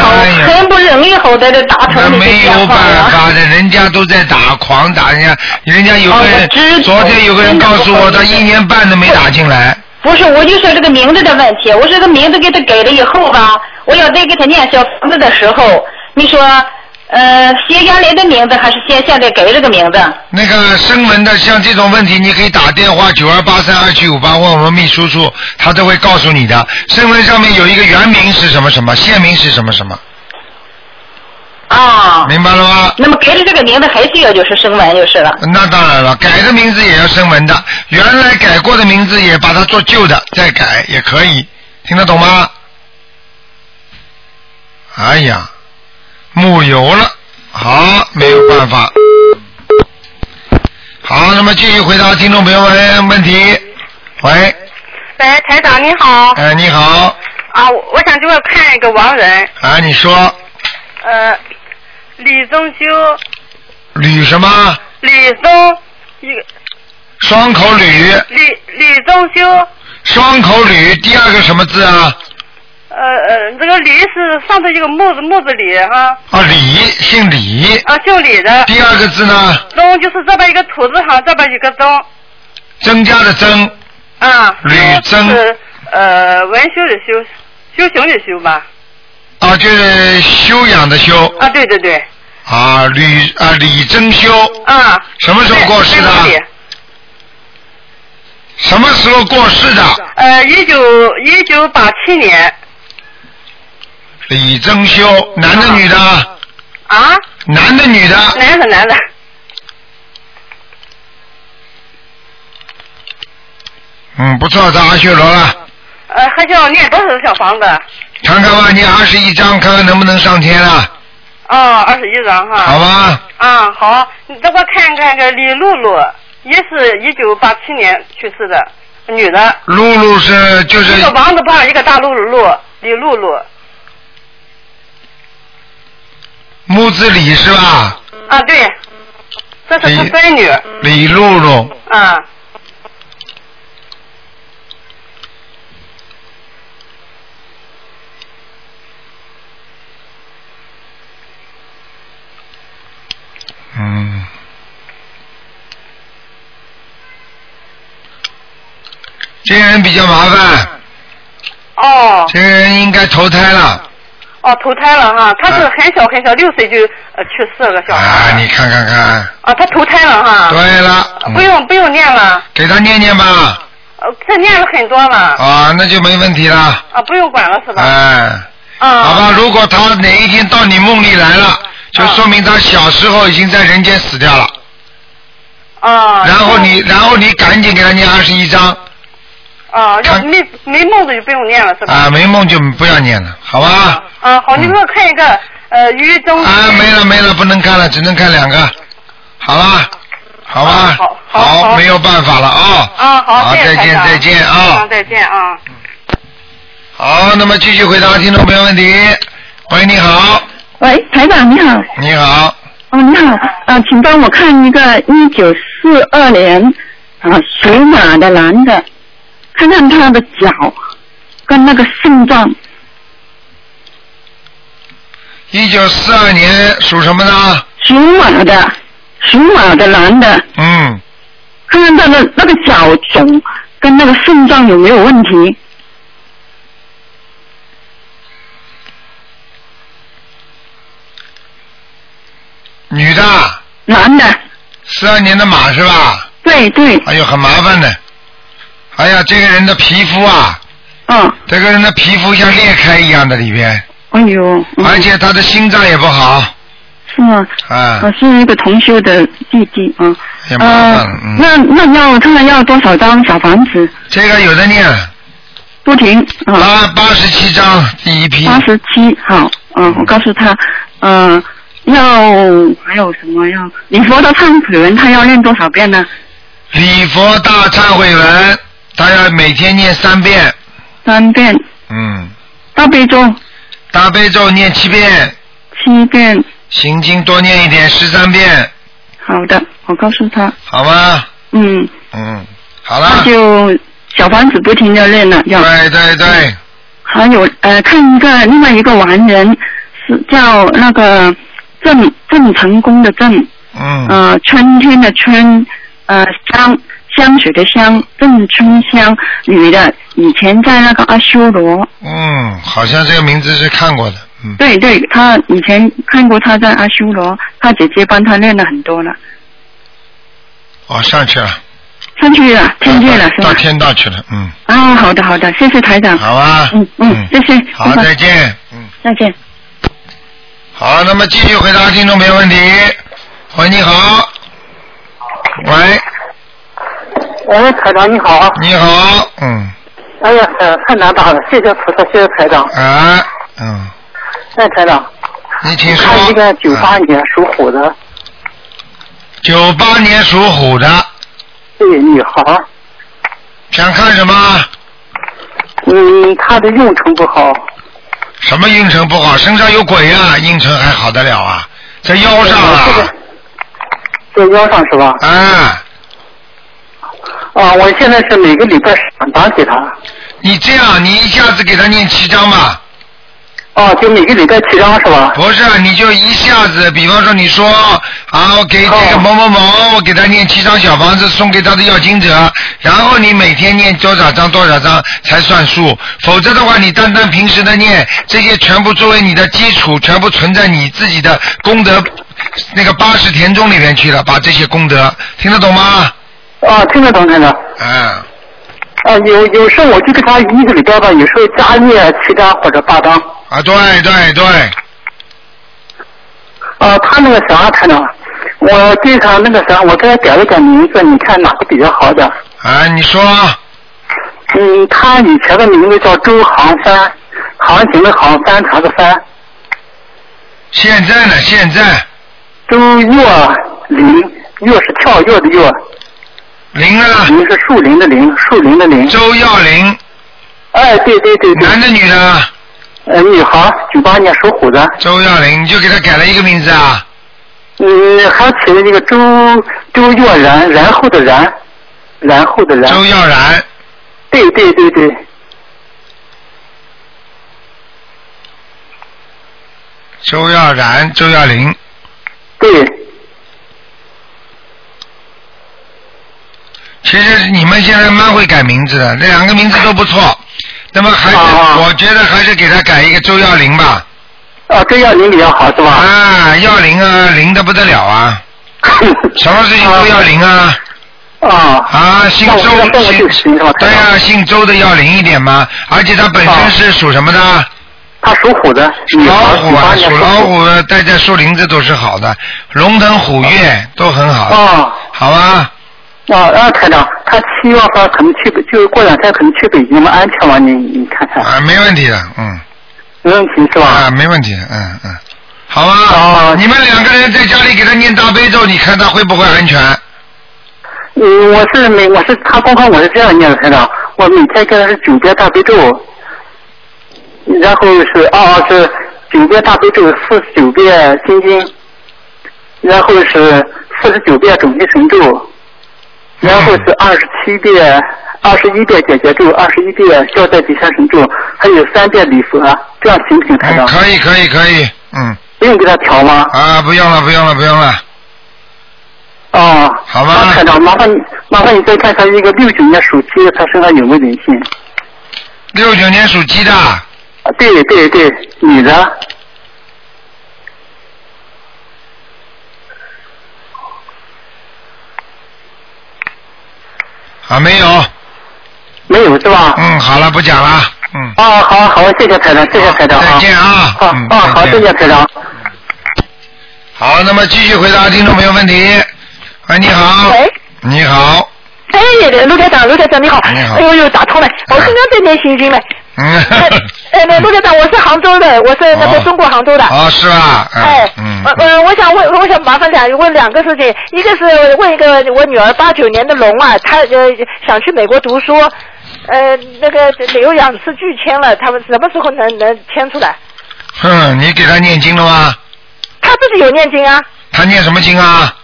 S4: 好，
S1: 哎呀
S4: 很不容易，好在这打
S1: 那
S4: 通你的
S1: 没有
S4: 电话
S1: 办
S4: 了。
S1: 法的，人家都在打，狂打人家，人家有个
S4: 哦我知
S1: 人，
S4: 道
S1: 昨天有个人
S4: 真的
S1: 告
S4: 不
S1: 诉
S4: 好
S1: 我，
S4: 意
S1: 他
S4: 思
S1: 一年半都没打进来。
S4: 不是，我就说这个名字的问题。我说这个名字给他改了以后吧，我要再给他念小房子的时候，你说，呃，写原来的名字还是先现在改这个名字？
S1: 那个声纹的，像这种问题，你可以打电话九二八三二七五八问我们秘书处，他都会告诉你的。声纹上面有一个原名是什么什么，现名是什么什么，
S4: 啊、
S1: 明白了吗？
S4: 那么改了这个名字还需要就是声纹就是了。
S1: 那当然了，改的名字也要声纹的，原来改过的名字也把它做旧的，再改也可以，听得懂吗？哎呀，木有了，好，没有办法。好，那么继续回答听众朋友们问题。喂，
S6: 喂，
S7: 哎
S6: 台长你好
S1: 哎，你好，
S6: 啊，我我想就要看一个亡人，
S1: 啊，你说
S6: 呃，李宗修，
S1: 吕什么？
S6: 李宗一个
S1: 双口吕，
S6: 李李宗修，
S1: 双口吕，第二个什么字啊？
S6: 呃呃，这个李是上头一个木字木字李哈，
S1: 啊，李，姓李。
S6: 啊，姓李的，
S1: 第二个字呢？
S6: 宗就是这边一个土字旁，这边一个宗，
S1: 增加的增，
S6: 啊，
S1: 吕
S6: 宗
S1: 曾
S6: 是呃文修的修，修行的修吧，
S1: 啊，就是修养的修，
S6: 啊，对对对，
S1: 啊，吕啊李增修，
S6: 啊，
S1: 什么时候过世
S6: 对对
S1: 的？
S6: 对
S1: 什么时候过世的？
S6: 呃，一九一九八七年
S1: 李增修，男的女的？
S6: 啊，
S1: 男的女的？
S6: 男的男的。
S1: 嗯，不错，到阿修罗了，
S6: 呃，还想念多少小房子？
S1: 看看吧，念二十一章，看看能不能上天啊？
S6: 啊，二十一张哈。
S1: 好吗？
S6: 啊，好，你再给我看看这李露露，也是一九八七年去世的女的，
S1: 露露是就是
S6: 一个王字旁，一个大露露露，李露露。
S1: 木字李是吧？
S6: 啊，对，这是她
S1: 李
S6: 孙女。
S1: 李露露，
S6: 啊，
S1: 嗯。这个人比较麻烦，
S6: 哦
S1: 这个人应该投胎了。
S6: 哦，投胎了哈，她是
S1: 啊
S6: 很小很小，六岁就呃去世了个小孩。
S1: 啊，你看看看。
S6: 啊，她投胎了哈。啊
S1: 对了，嗯
S6: 不用不用念了，
S1: 给他念念吧。
S6: 呃，这念了很多了，
S1: 啊，那就没问题了。
S6: 啊，不用管了是吧？
S1: 哎，
S6: 啊，
S1: 好吧，如果他哪一天到你梦里来了，就说明他小时候已经在人间死掉了。
S6: 啊，
S1: 然后你，然后你赶紧给他念二十一章
S6: 啊，要
S1: 看
S6: 没没梦的就不用念了是吧？
S1: 啊，没梦就不要念了，好吧？
S6: 啊，好，你给我看一个呃，于中
S1: 啊，没了没了，不能看了，只能看两个，好吧？好吧
S6: 啊，好好好
S1: 没有办法了啊。
S6: 啊，好，
S1: 再
S6: 见
S1: 见再见啊
S6: 啊，。再见啊。
S1: 好，那么继续回答听众朋友问题。喂，你好，
S4: 喂，台长你好，
S1: 你好，
S4: 哦你好，啊，请帮我看一个一九四二年啊属马的男的，看看他的脚跟那个肾脏，
S1: 一九四二年属什么呢？
S4: 属马的，属马的男的，
S1: 嗯，
S4: 看看他的那个脚肿跟那个肾脏有没有问题？
S1: 女的，
S4: 男的，
S1: 四二年的马是吧？
S4: 对对，
S1: 哎呦，很麻烦的。哎呀，这个人的皮肤啊，
S4: 嗯，
S1: 这个人的皮肤像裂开一样的里边，
S4: 哎呦，嗯
S1: 而且他的心脏也不好，
S4: 是吗？
S1: 啊
S4: 我，是一个同修的弟弟啊，
S1: 也麻
S4: 嗯呃
S1: 烦了。，嗯，
S4: 那那要他要多少张小房子？
S1: 这个有的念，
S4: 不停啊。
S1: 八八十七章第一批，
S4: 八十七，好，嗯、我告诉他，嗯、要还有什么要？你佛的忏悔文，他要念多少遍呢？
S1: 礼佛大忏悔文，他要每天念三遍，
S4: 三遍，
S1: 嗯，
S4: 大悲咒
S1: 大悲咒念七遍，
S4: 七遍，
S1: 心经多念一点，十三遍，
S4: 好的，我告诉他，
S1: 好吗？
S4: 嗯，
S1: 嗯，好
S4: 那
S1: 了，
S4: 就小房子不停的念了，要。
S1: 对对对，
S4: 还有呃，看一个另外一个完人是叫那个郑郑成功的郑，
S1: 嗯，
S4: 呃，春天的春，呃，香香水的香，郑春香，女的，以前在那个阿修罗，
S1: 嗯，好像这个名字是看过的，嗯，
S4: 对对，她以前看过她在阿修罗，她姐姐帮她练了很多了，
S1: 哦，上去了，
S4: 上去了，天界了
S1: 到
S4: 是
S1: 到
S4: 吧？
S1: 天道去了，嗯，
S4: 啊，好的好的，谢谢台长，
S1: 好吧，
S4: 嗯嗯，谢谢，
S1: 好，
S4: 拜拜
S1: 再见，嗯，
S4: 再见。
S1: 好，那么继续回答听众朋友问题。喂，你好，喂，
S8: 喂，台长你好，
S1: 你好，嗯，
S8: 哎呀，太太难打了，谢谢菩萨，谢谢台长。
S1: 啊，嗯，
S8: 哎，台长，
S1: 你请说。
S8: 看一个九八年属虎的，
S1: 啊九八年属虎的，
S8: 对，女孩儿，
S1: 想看什么？
S8: 嗯，她的运程不好，
S1: 什么运程不好？身上有鬼啊，运程还好得了啊？在腰上
S8: 这
S1: 啊
S8: 个，在腰上是吧？
S1: 啊，
S8: 啊，我现在是每个礼拜散打给她，
S1: 你这样，你一下子给他念七章吧？
S8: 哦，就每个礼拜七张是 吧？
S1: 不是，你就一下子，比方说你说啊，我给这个
S8: 哦
S1: 某某某，我给他念七张小房子送给他的要经者，然后你每天念多少张多少张才算数，否则的话，你单单平时的念这些全部作为你的基础，全部存在你自己的功德那个八十田中里面去了，把这些功德听得懂吗？
S8: 啊，听得懂，台长。
S1: 嗯，
S8: 啊，有有时候我就给他一个礼拜吧，有时候加念七张或者八张。
S1: 啊，对对对，
S8: 啊，他那个啥，台长，我对他那个啥，我给他改了改名字，你看哪个比较好点儿？
S1: 啊，你说
S8: 嗯，他以前的名字叫周航三，航行的航，三长的三。
S1: 现在呢？现在
S8: 周月林，月是跳跃的月，
S1: 灵啊，
S8: 林是树林的林，树林的林。
S1: 周耀林，
S8: 哎，对对对对，
S1: 男的女的？
S8: 呃，女孩，九八年属虎的，
S1: 周耀林，你就给他改了一个名字啊？
S8: 嗯，还起了一个周周月然，然后的然，然后的然。
S1: 周耀然，
S8: 对对对对，
S1: 周耀然，周耀林，
S8: 对，
S1: 其实你们现在蛮会改名字的，那两个名字都不错。那么还是，
S8: 啊
S1: 我觉得还是给他改一个周耀林吧。
S8: 啊，周耀林比较好是 吧？
S1: 啊，耀林啊，灵的不得了啊，什么事情都要灵啊。
S8: 啊，
S1: 啊，姓
S8: 那我
S1: 周
S8: 那我
S1: 姓
S8: 就行是吧
S1: 对呀、姓周的要灵一点嘛，而且他本身是属什么的？
S8: 她属虎的，啊女
S1: 老
S8: 孩，
S1: 虎
S8: 九八
S1: 啊，
S8: 年
S1: 属
S8: 属
S1: 老。虎的待在树林子都是好的，龙腾虎跃都很好的，
S8: 啊
S1: 好吧？
S8: 啊啊，台长，她七月份可能去北，就是过两天可能去北京了，安全吗？你你看看，
S1: 啊，没问题的，嗯，
S8: 没问题是吧？
S1: 啊，没问题，嗯嗯，好吧？
S8: 啊
S1: 你们两个人在家里给他念大悲咒，你看他会不会安全？
S8: 嗯，我是每我是他功课我是这样念的，台长，我每天跟他是九遍大悲咒，然后是二二是九遍大悲咒，四十九遍心经，然后是四十九遍准提神咒，然后是二十七遍二十一遍解结咒，二十一遍消灾吉祥神咒，还有三遍礼佛，这样行不行，台
S1: 嗯，
S8: 长？
S1: 可以可以可以，嗯，
S8: 不用给他调吗？
S1: 啊，不用了不用了不用了，
S8: 哦，
S1: 啊好吧
S8: 那台长，麻烦你麻烦你再看看一个六九年属鸡的，他身上有没有灵性？
S1: 六九年属鸡的，
S8: 啊，对对对，女的，
S1: 啊没有，
S8: 没有是吧？
S1: 嗯，好了不讲了，嗯，
S8: 啊，好好，谢谢台长，谢谢台长啊。
S1: 再见啊，
S8: 好
S1: 嗯，
S8: 啊，好，
S1: 再
S8: 谢
S1: 见
S8: 谢。台长。
S1: 好，那么继续回答听众朋友问题。喂，你好。
S7: 喂。
S1: 你好。
S7: 哎，陆台长，陆台长你好。
S1: 你好啊
S7: 哎呦呦，打通了，我刚刚在念心经呢。
S1: 嗯。
S7: 哎，哎那陆台长，我是杭州的，我 是那个
S1: 哦
S7: 中国杭州的。
S1: 哦，是吧？嗯
S7: 哎，
S1: 嗯
S7: 我。呃，我想问，我想麻烦两问两个事情，一个是问一个我女儿八九年的龙啊，她呃想去美国读书，呃那个有两次拒签了，他们什么时候能能签出来？
S1: 哼，你给他念经了吗？
S7: 她自己有念经啊，
S1: 他念什么经啊？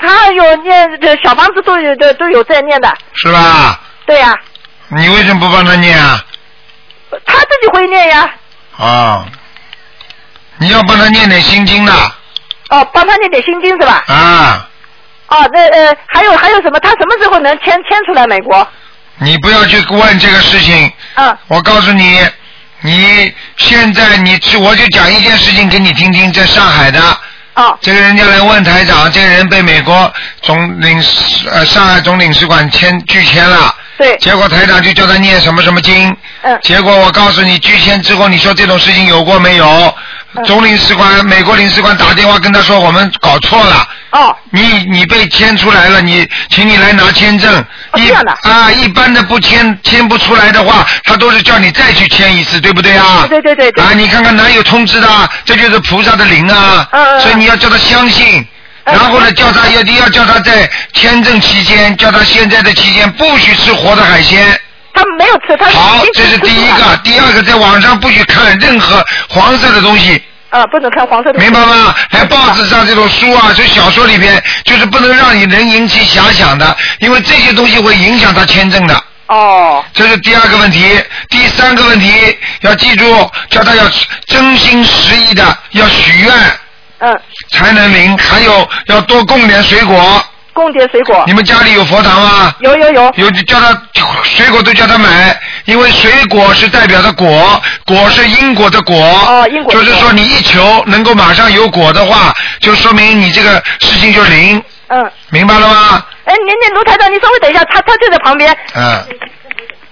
S7: 她有念这小房子都有的都有在念的，
S1: 是吧？
S7: 对呀、
S1: 你为什么不帮他念啊？
S7: 她自己会念呀，
S1: 哦，你要帮他念点心经的
S7: 哦，帮她念点心经是吧？
S1: 啊！
S7: 哦，那呃，还有还有什么？他什么时候能迁迁出来美国？
S1: 你不要去问这个事情。
S7: 嗯，
S1: 我告诉你，你现在你去，我就讲一件事情给你听听，在上海的。
S7: 哦，
S1: 这个人家来问台长，这个人被美国总领事呃上海总领事馆签拒签了，
S7: 对，
S1: 结果台长就叫他念什么什么经，
S7: 嗯，
S1: 结果我告诉你拒签之后，你说这种事情有过没有？
S7: 嗯
S1: 总领事馆美国领事馆打电话跟他说我们搞错了，
S7: 哦，
S1: 你你被签出来了，你请你来拿签证。
S7: 哦
S1: 一
S7: 这样的
S1: 啊，一般的不签签不出来的话，他都是叫你再去签一次，对不对啊？
S7: 对对对对
S1: 啊，你看看哪有通知的啊？这就是菩萨的灵啊。
S7: 嗯嗯嗯
S1: 所以你要叫他相信。
S7: 嗯
S1: 然后呢，叫他要要叫他在签证期间，叫他现在的期间不许吃活的海鲜。
S7: 他没有吃，他
S1: 好
S7: 已，经
S1: 这是
S7: 吃
S1: 第一
S7: 素
S1: 个
S7: 了。
S1: 第二个，在网上不许看任何黄色的东西。
S7: 啊，不能看黄色的。
S1: 明白吗？还报纸上这种书啊，这小说里边，就是不能让你人引起遐想的，因为这些东西会影响他签证的。
S7: 哦，
S1: 这是第二个问题，第三个问题要记住，叫他要真心实意的要许愿
S7: 嗯，
S1: 才能灵，还有要多供点水果。
S7: 供点水果
S1: 你。们家里有佛堂吗？
S7: 有有有，
S1: 有就叫他水果都叫他买，因为水果是代表的果，果是因果的果。
S7: 哦因果的果
S1: 就是说你一求能够马上有果的话，就说明你这个事情就灵，
S7: 嗯。
S1: 明白了吗？
S7: 哎，您您卢台长，您稍微等一下，他他就在旁边。
S1: 嗯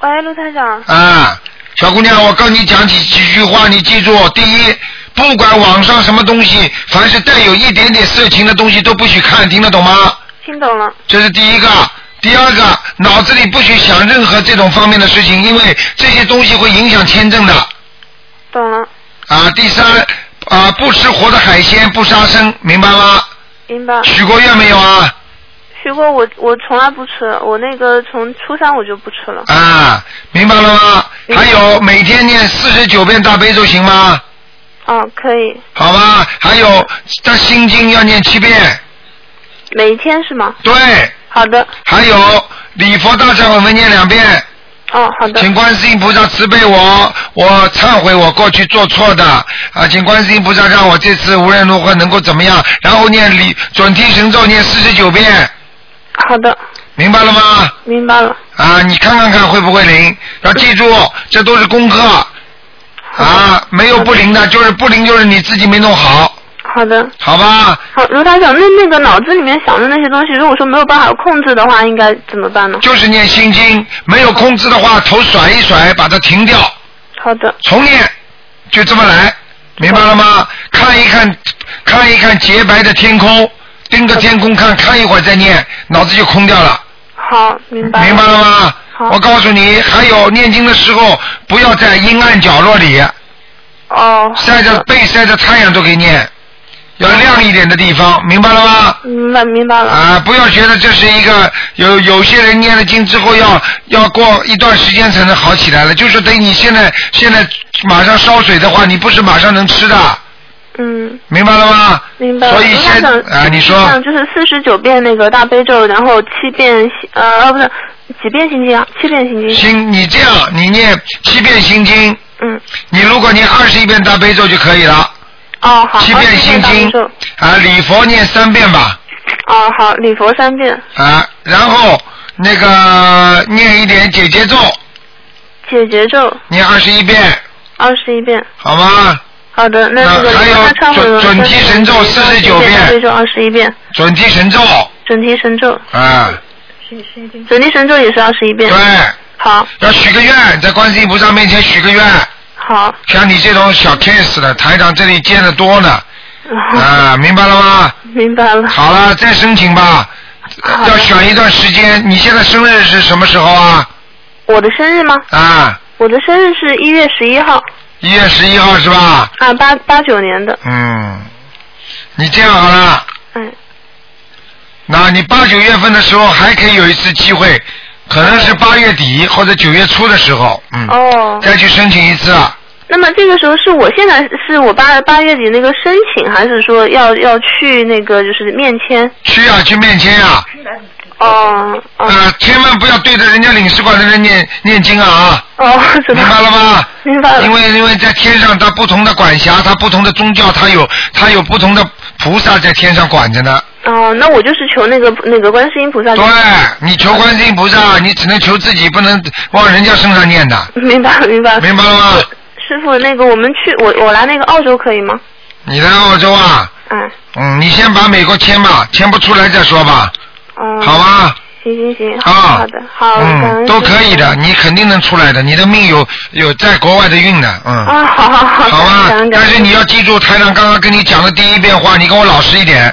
S6: 喂，陆台长。
S1: 啊，小姑娘，我跟你讲几几句话，你记住。第一，不管网上什么东西，凡是带有一点点色情的东西都不许看，听得懂吗？
S6: 听懂了，
S1: 这是第一个。第二个，脑子里不许想任何这种方面的事情，因为这些东西会影响签证的。
S6: 懂了，
S1: 啊，第三，啊、不吃活的海鲜，不杀生，明白吗？
S9: 明白。
S1: 许过愿没有啊？
S9: 许过我，我从来不吃，我那个从初三我就不吃了。
S1: 啊，明白了吗？还有每天念四十九遍大悲咒行吗？
S9: 嗯，可以，
S1: 好吧，还有这心经要念七遍，
S9: 每一天是吗？
S1: 对，
S9: 好的。
S1: 还有礼佛大忏悔文念两遍。
S7: 嗯
S9: 哦，好
S1: 的。请观世音菩萨慈悲我，我忏悔我过去做错的啊，请观世音菩萨让我这次无论如何能够怎么样，然后念礼准提神咒念四十九遍。
S9: 好的。
S1: 明白了吗？
S9: 明白了。
S1: 啊，你看看看会不会灵，要记住，这都是功课啊，没有不灵的，就是不灵就是你自己没弄好，
S9: 好的。
S1: 好吧？
S9: 好，卢台长，那那个脑子里面想的那些东西，如果说没有办法控制的话，应该怎么办呢？
S1: 就是念心经，没有控制的话，头甩一甩，把它停掉，
S9: 好的，
S1: 重念，就这么来，明白了吗？看一看，看一看洁白的天空，盯着天空看，看一会儿再念，脑子就空掉了。
S9: 好，明白。
S1: 明白了吗？我告诉你，还有念经的时候，不要在阴暗角落里。
S9: 哦。
S1: 晒着被晒着太阳都可以念，要亮一点的地方，明白了吗？
S9: 明白明白了。
S1: 啊，不要觉得这是一个有有些人念了经之后要要过一段时间才能好起来了，就是等你现在现在马上烧水的话，你不是马上能吃的，
S9: 嗯，
S1: 明白了吗？
S9: 明白了。
S1: 所以现
S9: 卢台长
S1: 啊，你说
S9: 嗯就是四十九遍那个大悲咒，然后七遍心呃呃不是几遍心经啊？七遍心经。
S1: 心，你这样你念七遍心经，
S9: 嗯，
S1: 你如果念二十一遍大悲咒就可以了。
S9: 哦，好。
S1: 七遍心
S9: 二十
S1: 经
S9: 一大悲咒
S1: 啊，礼佛念三遍吧
S9: 哦，好，礼佛三遍，
S1: 啊，然后那个念一点解结咒，
S9: 解结咒
S1: 念二十一遍，
S9: 二十一遍。
S1: 好吗？
S9: 好的，那这个
S1: 还有
S9: 他忏悔文
S1: 准准提神咒49遍
S9: 大悲咒二十一遍，
S1: 准提神咒
S9: 准提神咒，
S1: 啊，
S9: 准提神咒也是二十一遍。
S1: 对，
S9: 好，
S1: 要许个愿，在观世音菩萨面前许个愿。
S9: 好。
S1: 像你这种小 case 的，台长这里见的多呢，啊，明白了吗？
S9: 明白了。
S1: 好了，再申请吧，要选一段时间。你现在生日是什么时候啊？
S9: 我的生日吗？
S1: 啊，
S9: 我的生日是一月十一号，
S1: 一月十一号是吧？
S9: 啊，八八九年的，
S1: 嗯，你这样好了。
S9: 嗯。
S1: 那你八九月份的时候还可以有一次机会，可能是八月底或者九月初的时候，嗯，
S9: 哦。
S1: 再去申请一次啊。
S9: 那么这个时候是我现在是我八八月底那个申请，还是说要要去那个就是面签？
S1: 去啊，去面签啊。
S9: 哦。
S1: 呃，千万不要对着人家领事馆的人念念经啊啊。
S9: 哦，
S1: 明白了吗？
S9: 明白了。
S1: 因为因为在天上，它不同的管辖，它不同的宗教，它有它有不同的菩萨在天上管着呢。
S9: 哦，那我就是求那个那个观世音菩萨。
S1: 对，你求观世音菩萨，你只能求自己，不能往人家身上念的。
S9: 明白了明白了。
S1: 明白了吗？
S9: 师傅，那个我们去我我来那个澳洲可以吗？
S1: 你来澳洲啊？
S9: 嗯。
S1: 嗯，你先把美国签吧，签不出来再说吧，
S9: 嗯。
S1: 好。吧？
S9: 行行行，好
S1: 啊
S9: 的好的，好，感
S1: 嗯，
S9: 恩
S1: 都
S9: 师父
S1: 可以的，你肯定能出来的，你的命有有在国外的运的，嗯。
S9: 啊，好好好，
S1: 好吧
S9: 感恩，感
S1: 但
S9: 恩。
S1: 是你要记住台长刚刚跟你讲的第一遍话，你跟我老实一点。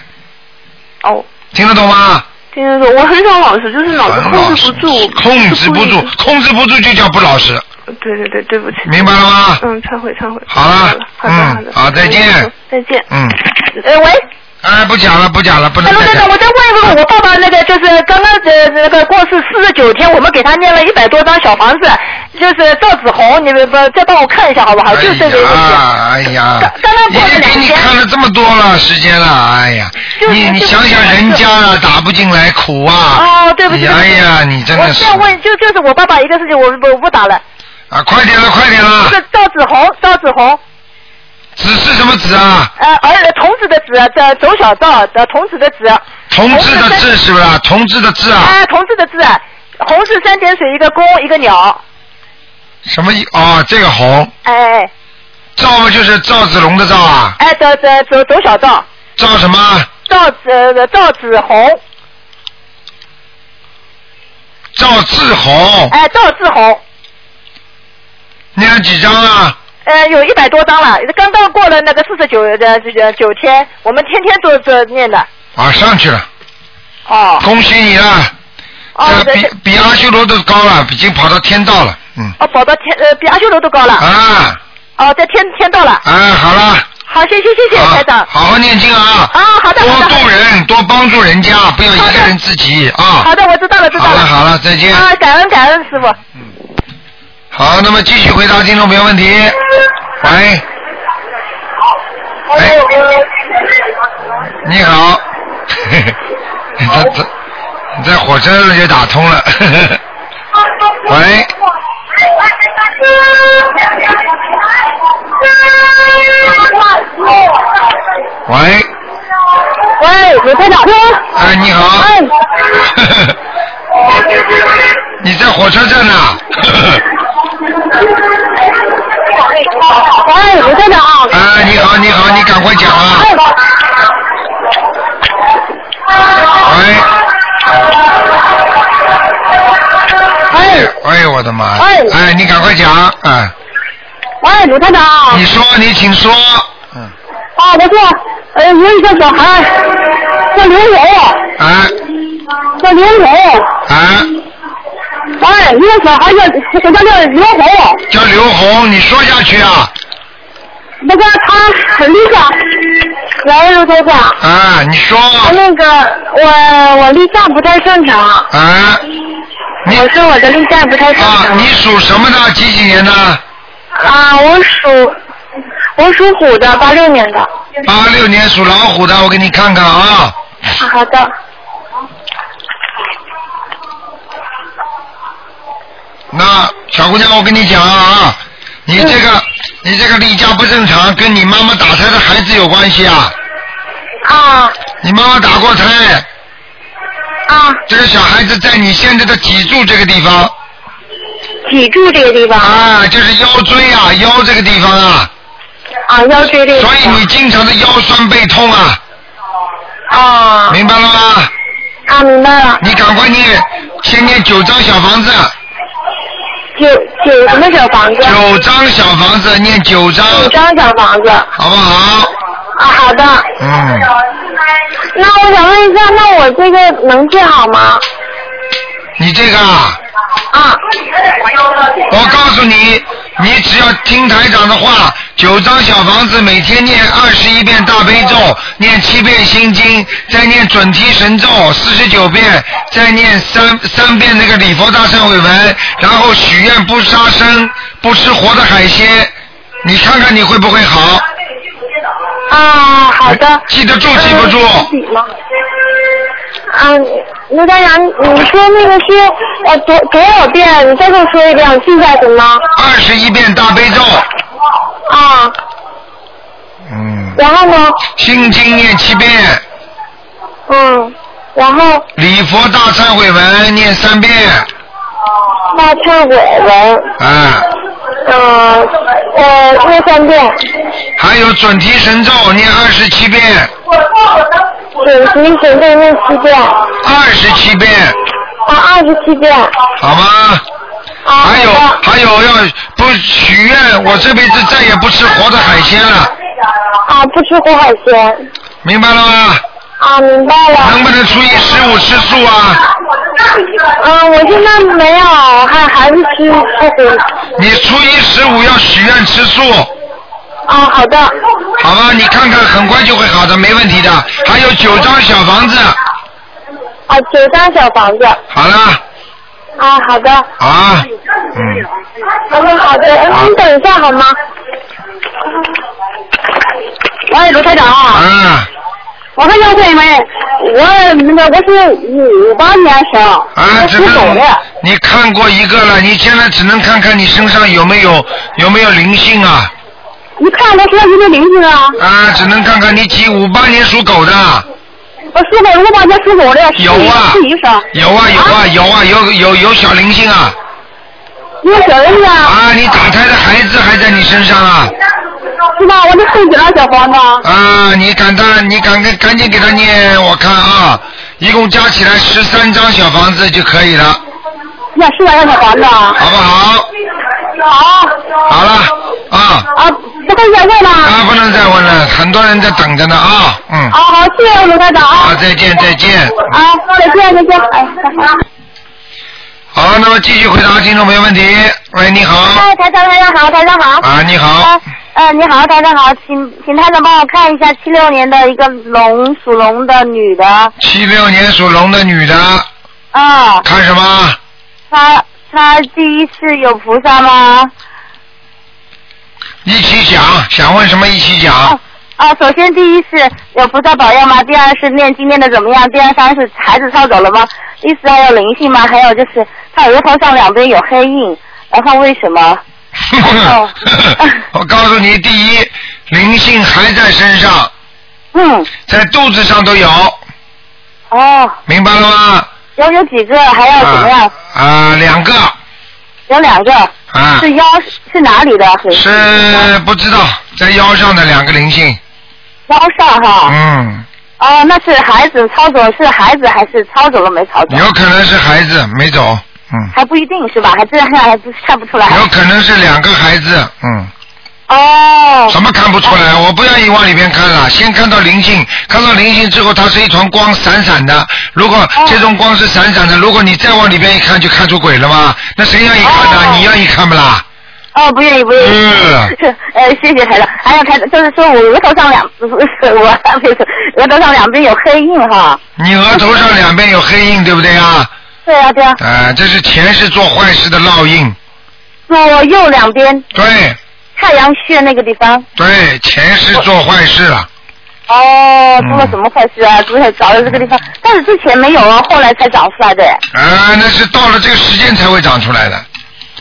S9: 哦。
S1: 听得懂吗？
S9: 听得懂，我很少老实，就是脑子控制不住，
S1: 控制不住，控制不住就叫不老实。
S9: 对对对，对不起。
S1: 明白了吗
S9: 嗯，忏悔忏悔。
S1: 好了，嗯，好，再见，
S9: 再见。
S1: 嗯，
S7: 呃，喂，
S1: 哎，不讲了，不讲了，不能
S7: 那卢台
S1: 再讲
S7: 长，我
S1: 了。
S7: 再问一问，我爸爸那个就是刚刚呃那个过世四十九天，我们给他念了一百多张小房子，就是赵子红，你们不再帮我看一下好不好？就是这个问题。
S1: 哎呀，哎呀，已经给你看了这么多了时间了，哎呀，你你想想人家啊，打不进来，苦啊。
S7: 哦，对不起，
S1: 你
S7: 对不
S1: 哎
S7: 起
S1: 呀，你真的
S7: 我
S1: 是
S7: 再问，就就是我爸爸一个事情，我不我不打了。
S1: 啊，快点了，快点了
S7: 是，赵子红，赵子红，
S1: 子是什么子啊？
S7: 呃，儿童子的子，啊这走小赵，这童子的子，
S1: 同志的志是不是啊？同志的志啊？
S7: 啊，童子的子，红是三点水一个弓一个鸟，
S1: 什么意？哦，这个红，
S7: 哎哎
S1: 赵嘛就是赵子龙的赵啊，
S7: 哎，走走走走小赵，
S1: 赵什么？
S7: 赵子呃赵子红，
S1: 赵志红，
S7: 哎，赵志红，
S1: 念了几张啊？
S7: 呃，有一百多张了，刚刚过了那个四十九的这个九天，我们天天都这念的，
S1: 啊，上去了，
S7: 哦
S1: 恭喜你了，
S7: 哦，对
S1: 比
S7: 对
S1: 比阿修罗都高了，已经跑到天道了，嗯，
S7: 哦，跑到天呃比阿修罗都高了，
S1: 啊
S7: 哦，在天天道了，
S1: 啊，好了，
S7: 好，谢谢谢谢台长。
S1: 好好念经啊！
S7: 啊，好的
S1: 多
S7: 好的。
S1: 度人，多帮助人家，不要一个人自己啊！
S7: 好的，我知道了知道
S1: 好
S7: 了。
S1: 了好了，再见。
S7: 啊，感恩感恩师傅。
S1: 好，那么继续回答听众朋友问题。喂，
S2: 哎
S1: 哎你好， 他他你在火车上就打通了。喂，喂，
S2: 喂，刘科长。
S1: 哎，你好，
S2: 哎，
S1: 你在火车站呢、
S2: 喂，刘科长。
S1: 哎，你好，你好，你赶快讲啊！哎，哎呦我的妈！
S2: 哎
S1: 哎，你赶快讲啊！哎
S2: 喂，刘科长。
S1: 你说，你请说。嗯
S2: 啊，我说，呃，有一个小孩叫刘勇，
S1: 啊
S2: 叫刘勇。
S1: 啊！
S2: 喂，一个小孩叫，给他叫刘红，
S1: 叫刘红，你说下去啊！
S2: 那个他很厉害，喂，刘科长。
S1: 啊，你说。
S2: 那个，我我立项不太正常。
S1: 啊。
S2: 我说我的立项不太正常。
S1: 你属什么的？几几年的？
S2: 啊，我属我属虎的，八六年的。
S1: 八六年属老虎的，我给你看看啊。
S2: 好的。
S1: 那小姑娘，我跟你讲啊，你这
S2: 嗯
S1: 个、你这个例假不正常，跟你妈妈打胎的孩子有关系啊。
S2: 啊。
S1: 你妈妈打过胎。
S2: 啊。
S1: 这个小孩子在你现在的脊柱这个地方。
S2: 脊柱这个地方。
S1: 啊，就是腰椎啊，腰这个地方啊。
S2: 啊，腰椎这个。
S1: 所以你经常的腰酸背痛啊。
S2: 啊。
S1: 明白了吗？
S2: 啊，明白了。
S1: 你赶快念，先念九张小房子。
S2: 九九什么小房子？
S1: 九张小房子，念九张。
S2: 九张小房子。
S1: 好不好？
S2: 啊，好的。
S1: 嗯。
S2: 那我想问一下，那我这个能治好吗？
S1: 你这个啊，
S2: 啊。
S1: 我告诉你，你只要听台长的话，九张小房子每天念二十一遍大悲咒，念七遍心经，再念准提神咒四十九遍，再念三三遍那个礼佛大忏悔文，然后许愿不杀生，不吃活的海鲜，你看看你会不会好？
S2: 啊，好的。
S1: 记得住，哎记不住。
S2: 嗯，刘家长，你说那个是呃多多少遍？你再给我说一遍，我记下行吗？
S1: 二十一遍大悲咒。
S2: 啊。
S1: 嗯。
S2: 然后呢？
S1: 心经念七遍，
S2: 嗯，然后
S1: 礼佛大忏悔文念三遍，
S2: 大忏悔文，
S1: 啊，
S2: 嗯呃念三遍，
S1: 还有准提神咒念二十七遍，
S2: 准提神咒念七遍，啊
S1: 二十七遍，
S2: 二十七遍，啊
S1: 好吗？还有还有要不许愿，我这辈子再也不吃活的海鲜了，
S2: 啊不吃活海鲜，
S1: 明白了吗？
S2: 啊明白了。
S1: 能不能初一十五吃素啊？
S2: 嗯，我现在没有，还还是吃吃荤。
S1: 你初一十五要许愿吃素，
S2: 啊，好的。
S1: 好吧？你看看，很快就会好的，没问题的。还有九张小房子，
S2: 啊，九张小房子。
S1: 好了，
S2: 啊，好的。
S1: 啊，
S2: 好的，哎你等一下好吗？喂，卢台长啊。
S1: 嗯。
S2: 我跟杨妹妹，
S8: 哎
S2: 我那个我是五八年生，
S1: 啊
S2: 我，
S1: 只
S2: 属狗
S1: 能
S2: 的。
S1: 你看过一个了，你现在只能看看你身上有没有有没有灵性啊？
S2: 你看我说一个灵性啊，
S1: 啊，只能看看你几五八年属狗的，
S2: 我属狗，我八年属狗的。
S1: 有啊
S2: 是医生。
S1: 有啊有啊有啊有有有小灵性啊！
S2: 有小灵性啊。
S1: 啊，你打胎的孩子还在你身上啊！
S2: 是吧？我这送几张小房子啊？
S1: 啊，你赶他，你赶赶赶紧给他念，我看啊，一共加起来十三张小房子就可以了，
S2: 那是张小房子啊？
S1: 好不好？
S2: 好。
S1: 好了，啊
S2: 啊，不跟小问了。
S1: 啊，不能再问了，很多人在等着呢啊，嗯，
S2: 啊，好，谢谢卢台长啊。
S1: 好，再见再见。
S2: 啊，再见再见，哎，
S1: 好，那么继续回答听众朋友问题。喂，你好。
S2: 哎，台长台长好，台长好。
S1: 啊，你好。
S2: 呃，你好，台长好，请请台长帮我看一下七六年的一个龙属龙的女的，
S1: 七六年属龙的女的，
S2: 啊，
S1: 看什么？
S2: 她她第一世有菩萨吗？
S1: 一起讲，想问什么一起 讲。
S2: 啊，首先第一是有菩萨保佑吗？第二是念经念的怎么样？第二三是孩子抄走了吗？第四还有灵性吗？还有就是她额头上两边有黑印，然后为什么？
S1: 我告诉你，第一，灵性还在身上。
S2: 嗯。
S1: 在肚子上都有。
S2: 哦。
S1: 明白了吗？
S2: 有有几个？还要怎么样？
S1: 啊，两个
S2: 有两个。
S1: 啊
S2: 是腰是哪里的？是
S1: 是不知道，在腰上的两个灵性。
S2: 腰上哈。
S1: 嗯，
S2: 哦，那是孩子抄走，是孩子还是抄走了没抄走？
S1: 有可能是孩子没走，嗯，
S2: 还不一定是吧？还这样还不看不出来。
S1: 有可能是两个孩子，嗯。
S2: 哦。
S1: 什么看不出来？我不愿意往里边看了，先看到灵性，看到灵性之后，它是一团光闪闪的。如果
S2: 哦
S1: 这种光是闪闪的，如果你再往里边一看，就看出鬼了吗？那谁愿意看呢？你愿意看不啦？
S2: 哦，不愿意，不愿意。
S1: 嗯
S2: 呃，谢谢台长。还有台长，就是说我额头上两， 不是我额头上两边有黑印哈。
S1: 你额头上两边有黑印，对不对 啊？
S2: 对啊，对啊，
S1: 呃，这是前世做坏事的烙印。
S2: 左右两边
S1: 对
S2: 太阳穴那个地方。
S1: 对，前世做坏事啊了。
S2: 哦，做了什么坏事啊？昨天找了这个地方，但是之前没有啊，后来才长出来的。
S1: 啊，那是到了这个时间才会长出来的。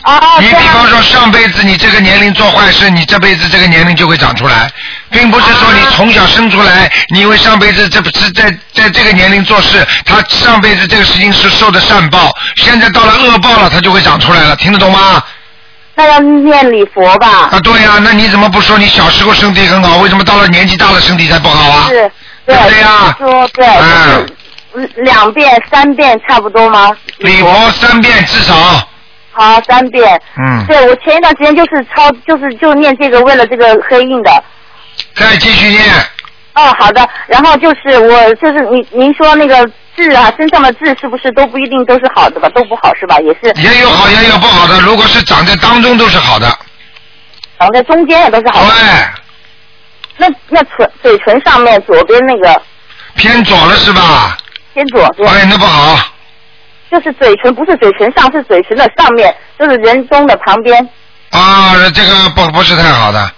S2: 哦，
S1: 你比方说上辈子你这个年龄做坏事，你这辈子这个年龄就会长出来，并不是说
S2: 啊
S1: 你从小生出来，你因为上辈子这不是在在这个年龄做事，他上辈子这个事情是受的善报，现在到了恶报了，他就会长出来了，听得懂吗？
S2: 那要念礼佛吧。
S1: 啊，对呀、那你怎么不说你小时候身体很好，为什么到了年纪大了身体才不好啊？
S2: 是，对
S1: 对呀嗯
S2: 说对，就是两遍、三遍差不多吗？
S1: 礼佛三遍至少，
S2: 好，三遍。
S1: 嗯，
S2: 对，我前一段时间就是抄，就是就念这个，为了这个黑印的。
S1: 再继续念。
S2: 哦，好的。然后就是我就是您您说那个痣啊，身上的痣是不是都不一定都是好的吧？都不好是吧？也是。
S1: 也有好也有不好的，如果是长在当中都是 好的，哎
S2: 然后在中间也都是好的。
S1: 对。
S2: 那那唇嘴唇上面左边那个
S1: 偏左了是吧？
S2: 偏左边。
S1: 哎，那不好。
S2: 就是嘴唇，不是嘴唇上，是嘴唇的上面，就是人中的旁边，
S1: 啊，这个不不是太好的。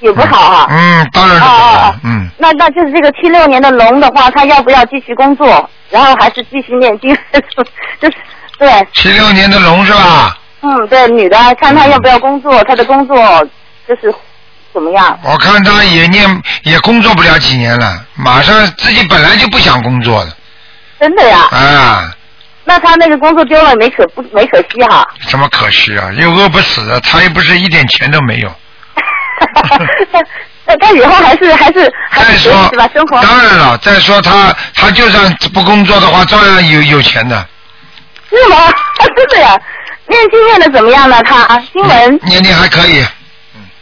S2: 也不好哈、
S1: 嗯，当然是不
S2: 啊
S1: 好。嗯，
S2: 那那就是这个七六年的龙的话，他要不要继续工作？然后还是继续念经？ 就是对，
S1: 七六年的龙是吧？
S2: 嗯，对，女的看她要不要工作，她的工作就是怎么样？
S1: 我看他也念也工作不了几年了，马上自己本来就不想工作的
S2: 真的呀？
S1: 啊，
S2: 那她那个工作丢了没可不没可惜哈？
S1: 什么可惜啊？又饿不死的，他又不是一点钱都 没有。
S2: 那她以后还是还是还是学习吧，生活。
S1: 当然了，再说他他就算不工作的话，照样有有钱的。
S2: 是吗？ 真的呀？念经念的怎么样呢？她经文
S1: 念念还可以，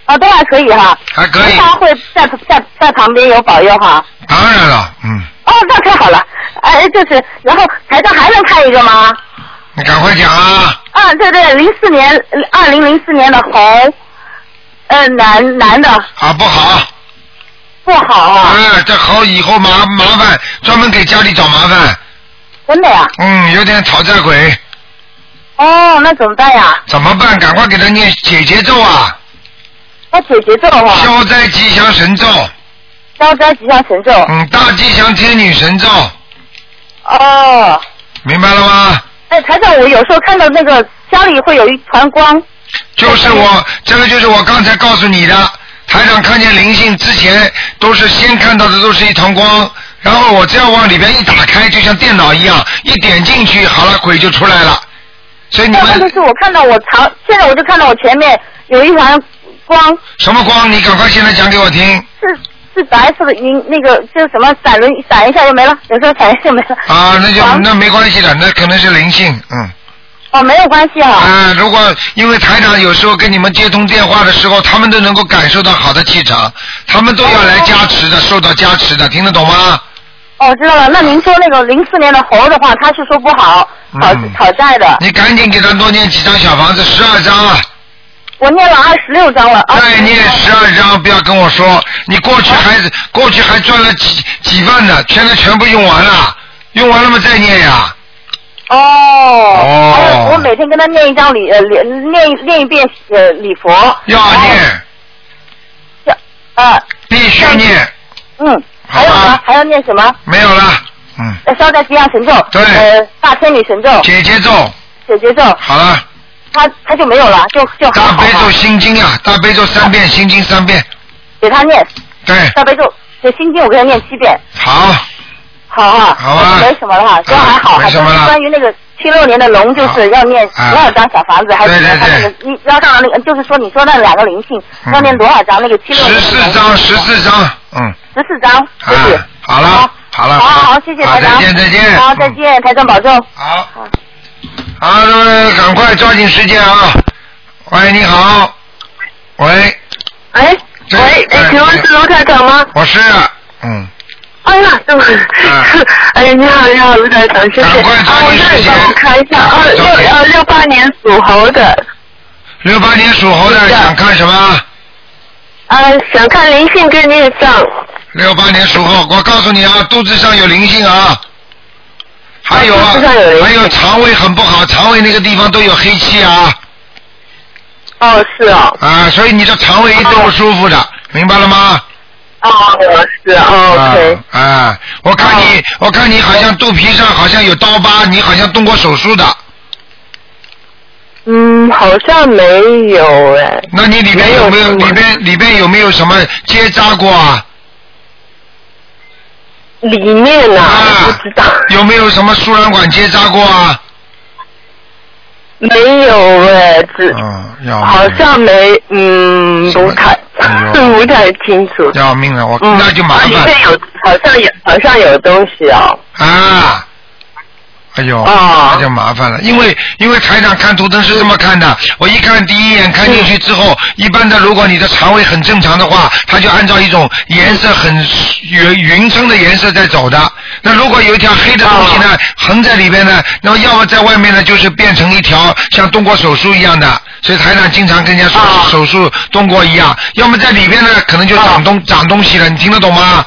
S2: 啊都还可以哈，
S1: 还可以。
S2: 她会在在在旁边有保佑哈。
S1: 当然了，嗯，
S2: 哦，那太好了，哎，就是，然后台上还能看一个吗？
S1: 你赶快讲啊！
S2: 啊，对对，零四年，二零零四年的猴，呃，男男的
S1: 啊，不好。
S2: 不好啊。
S1: 哎，这好以后麻麻烦，专门给家里找麻烦。
S2: 真的呀？
S1: 嗯，有点讨债鬼，
S2: 哦，那怎么办呀？
S1: 怎么办？赶快给他念解结咒啊！
S2: 要解结咒啊！
S1: 消灾吉祥神咒。
S2: 消灾吉祥神咒。
S1: 嗯，大吉祥天女神咒，
S2: 哦，
S1: 明白了吗？
S2: 哎，台上我有时候看到那个家里会有一团光，
S1: 就是我，这个就是我刚才告诉你的。台长看见灵性之前，都是先看到的都是一团光，然后我只要往里边一打开，就像电脑一样，一点进去，好了，鬼就出来了。所以你
S2: 但
S1: 们
S2: 问题是我看到我朝，现在我就看到我前面有一团光，
S1: 什么光？你赶快现在讲给我听。
S2: 是是白色的银，那个就是什么闪轮闪一下就没了，有时候闪一下就没了。
S1: 啊，那就那没关系的，那可能是灵性，嗯。
S2: 哦，没有关系哈、
S1: 啊，如果因为台长有时候跟你们接通电话的时候，他们都能够感受到好的气场，他们都要来加持的，受到加持的，听得懂吗？
S2: 哦，知道了。那您说那个零四年的猴的话，他是说不好，讨
S1: 嗯
S2: 讨债的。
S1: 你赶紧给他多念几张小房子，十二张啊，
S2: 我念了二十六章了。
S1: 再念
S2: 哦
S1: 十二张，不要跟我说，你过去还、过去还赚了几几万呢，现在全部用完了，用完了吗？再念呀。
S2: 哦。哦。还有我每天跟他念一张礼，呃，礼念念一遍呃礼佛。
S1: 要念。
S2: 这呃。
S1: 必须念。
S2: 嗯。还有呢？还要念什么？
S1: 没有了。嗯。
S2: 呃，消灾吉祥神咒。
S1: 对
S2: 呃，大天女神咒。
S1: 姐姐咒。
S2: 姐姐咒。
S1: 好了。
S2: 他他就没有了，就就
S1: 大悲咒心经呀、大悲咒三遍，心经三遍。
S2: 给他念。
S1: 对。
S2: 大悲咒，这心经我给他念七遍。
S1: 好，
S2: 好啊。
S1: 好啊
S2: 没什么了哈，这还好，
S1: 没
S2: 还
S1: 什么了
S2: 是关于那个七六年的龙，就是要念
S1: 啊
S2: 多少张小房子，还
S1: 对
S2: 是
S1: 对
S2: 他那个一要让那个，就是说你说那两个灵性
S1: 嗯
S2: 要念多少张那个七六年
S1: 十
S2: 的龙
S1: 四张，十四张，嗯，
S2: 十四张，
S1: 啊，好了，好了，
S2: 好好好，谢谢台长，嗯
S1: 再见，再见。嗯
S2: 好再见，台长保重。
S1: 好。好，那么赶快抓紧时间啊！喂，你好，喂，呃
S8: 哎，喂，哎，请问是卢台长吗？
S1: 我是，嗯，啊
S8: 哎呀，这么， 哎呀，你好，你好，卢台长，谢谢。啊，我让你帮我看一下，啊，六呃六八年属猴的，
S1: 六八年属猴的想看什么？
S8: 呃，想看灵性跟孽障，
S1: 六八年属猴，我告诉你啊，肚子上有灵性啊，还有
S8: 哦
S1: 啊，还有肠胃很不好，肠胃那个地方都有黑气啊。
S8: 哦，是哦。
S1: 啊，所以你的肠胃一直不舒服的，明白了吗？
S8: 哦，是哦，OK。哦
S1: 啊啊，我看你，我看你好像肚皮上好像有刀疤，你好像动过手术的。
S8: 嗯，好像没有哎。
S1: 那你里边有没有里边里边有没有什么结扎过啊？
S8: 里面啊呢、
S1: 不知
S8: 道。
S1: 有没有什么输卵管结扎过啊？
S8: 没有哎，只
S1: 哦嗯
S8: 好像没，嗯，不太，
S1: 哎
S8: 不太清楚。
S1: 要命了，我那就麻烦
S8: 啊里面有，好像有，好像有东西哦。
S1: 啊。哎呦，
S8: 啊
S1: 那就麻烦了，因为因为台长看图腾是这么看的，我一看第一眼看进去之后，一般的如果你的肠胃很正常的话，它就按照一种颜色很匀匀称的颜色在走的。那如果有一条黑的东西呢，横在里边呢，那么要么在外面呢，就是变成一条像动过手术一样的，所以台长经常跟人家说、手术动过一样，要么在里边呢，可能就长东、长东西了，你听得懂吗？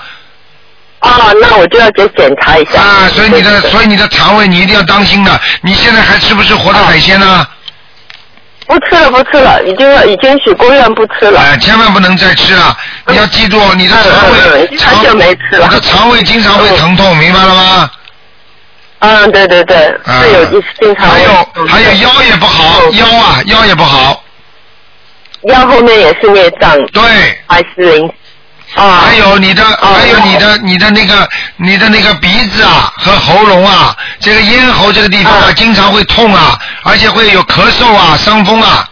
S8: 哦，那我就要去检查一下。
S1: 啊，所以你 的所以你的肠胃你一定要当心的。你现在还吃不吃活的海鲜呢？
S8: 不吃了，不吃了，已经已经许过愿不吃了。
S1: 哎，千万不能再吃了！你要记住，你的肠 胃肠就没吃了。你的肠胃经常会疼痛，明白了吗？
S8: 嗯，对对对，是有一经常。还有
S1: 啊还有腰也不好，腰啊腰也不好。
S8: 腰后面也是孽障。
S1: 对。
S8: 还是灵。啊。
S1: 还有你的，还有你的，你的那个，你的那个鼻子啊和喉咙啊，这个咽喉这个地方啊，经常会痛啊，而且会有咳嗽啊、伤风啊。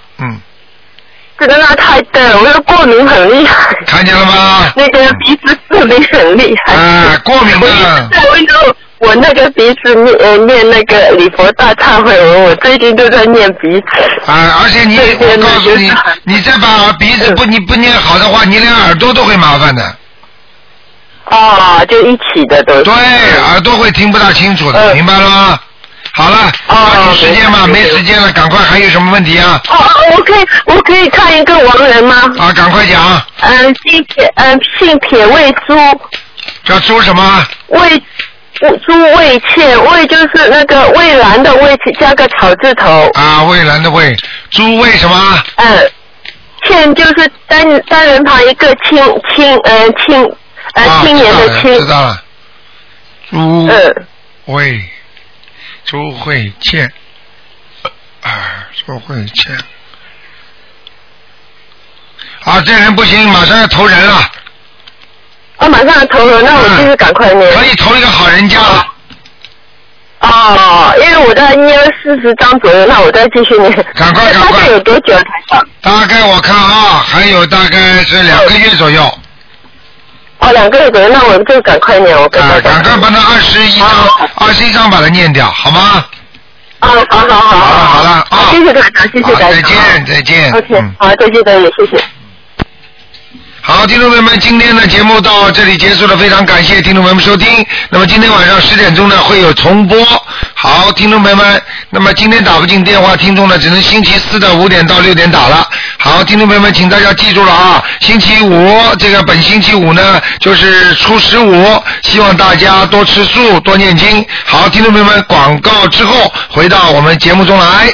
S8: 这个那太对了，我这个过敏很厉害。
S1: 看见了吗？
S8: 那个鼻子过敏很厉害。
S1: 啊，过敏的。
S8: 在温州，我那个鼻子念呃念那个礼佛大忏悔文，我最近都在念鼻子。
S1: 啊，而且你，我告诉你，你再把鼻
S8: 嗯
S1: 子不你不念好的话，你连耳朵都会麻烦的。
S8: 啊，就一起的都。
S1: 对，啊
S8: 嗯
S1: 耳朵会听不大清楚的，明白了吗？好了，抓紧时间吧，没时间了，赶快，还有什么问题啊？
S8: 哦哦，我可以我可以看一个亡人吗？
S1: 啊，赶快讲。
S8: 嗯，姓撇嗯姓撇魏猪。
S1: 叫猪什么？
S8: 魏猪魏倩，魏就是那个蔚蓝的魏，加个草字头。
S1: 啊，蔚蓝的蔚，猪为什么？
S8: 嗯，倩就是单单人旁一个青青呃青呃
S1: 啊，
S8: 青年
S1: 知道了，
S8: 的
S1: 知
S8: 青。
S1: 道了。猪
S8: 嗯，
S1: 喂，朱慧倩，啊，朱慧倩，啊，这人不行，马上要投人了。
S8: 我哦马上要投人，那我就是赶快念。
S1: 啊可以投一个好人家。
S8: 哦，因为我在念四十张左右，那我再继续念。
S1: 赶快，
S8: 赶快。大概有多久？
S1: 大概我看啊，还有大概是两个月左右，
S8: 哦，两个月左右，那我就赶快念，我赶快。
S1: 啊赶快把那二十一张，二十一张把它念掉，好吗？
S8: 啊，好好好。好
S1: 了，啊，
S8: 谢谢大家，谢谢大家。再见，
S1: 再见。嗯
S8: OK，好，再见，再见，谢谢。
S1: 好，听众朋友们，今天的节目到这里结束了，非常感谢听众朋友们收听。那么今天晚上十点钟呢会有重播。好，听众朋友们，那么今天打不进电话，听众呢只能星期四的五点到六点打了。好，听众朋友们，请大家记住了啊，星期五这个本星期五呢就是初十五，希望大家多吃素，多念经。好，听众朋友们，广告之后回到我们节目中来。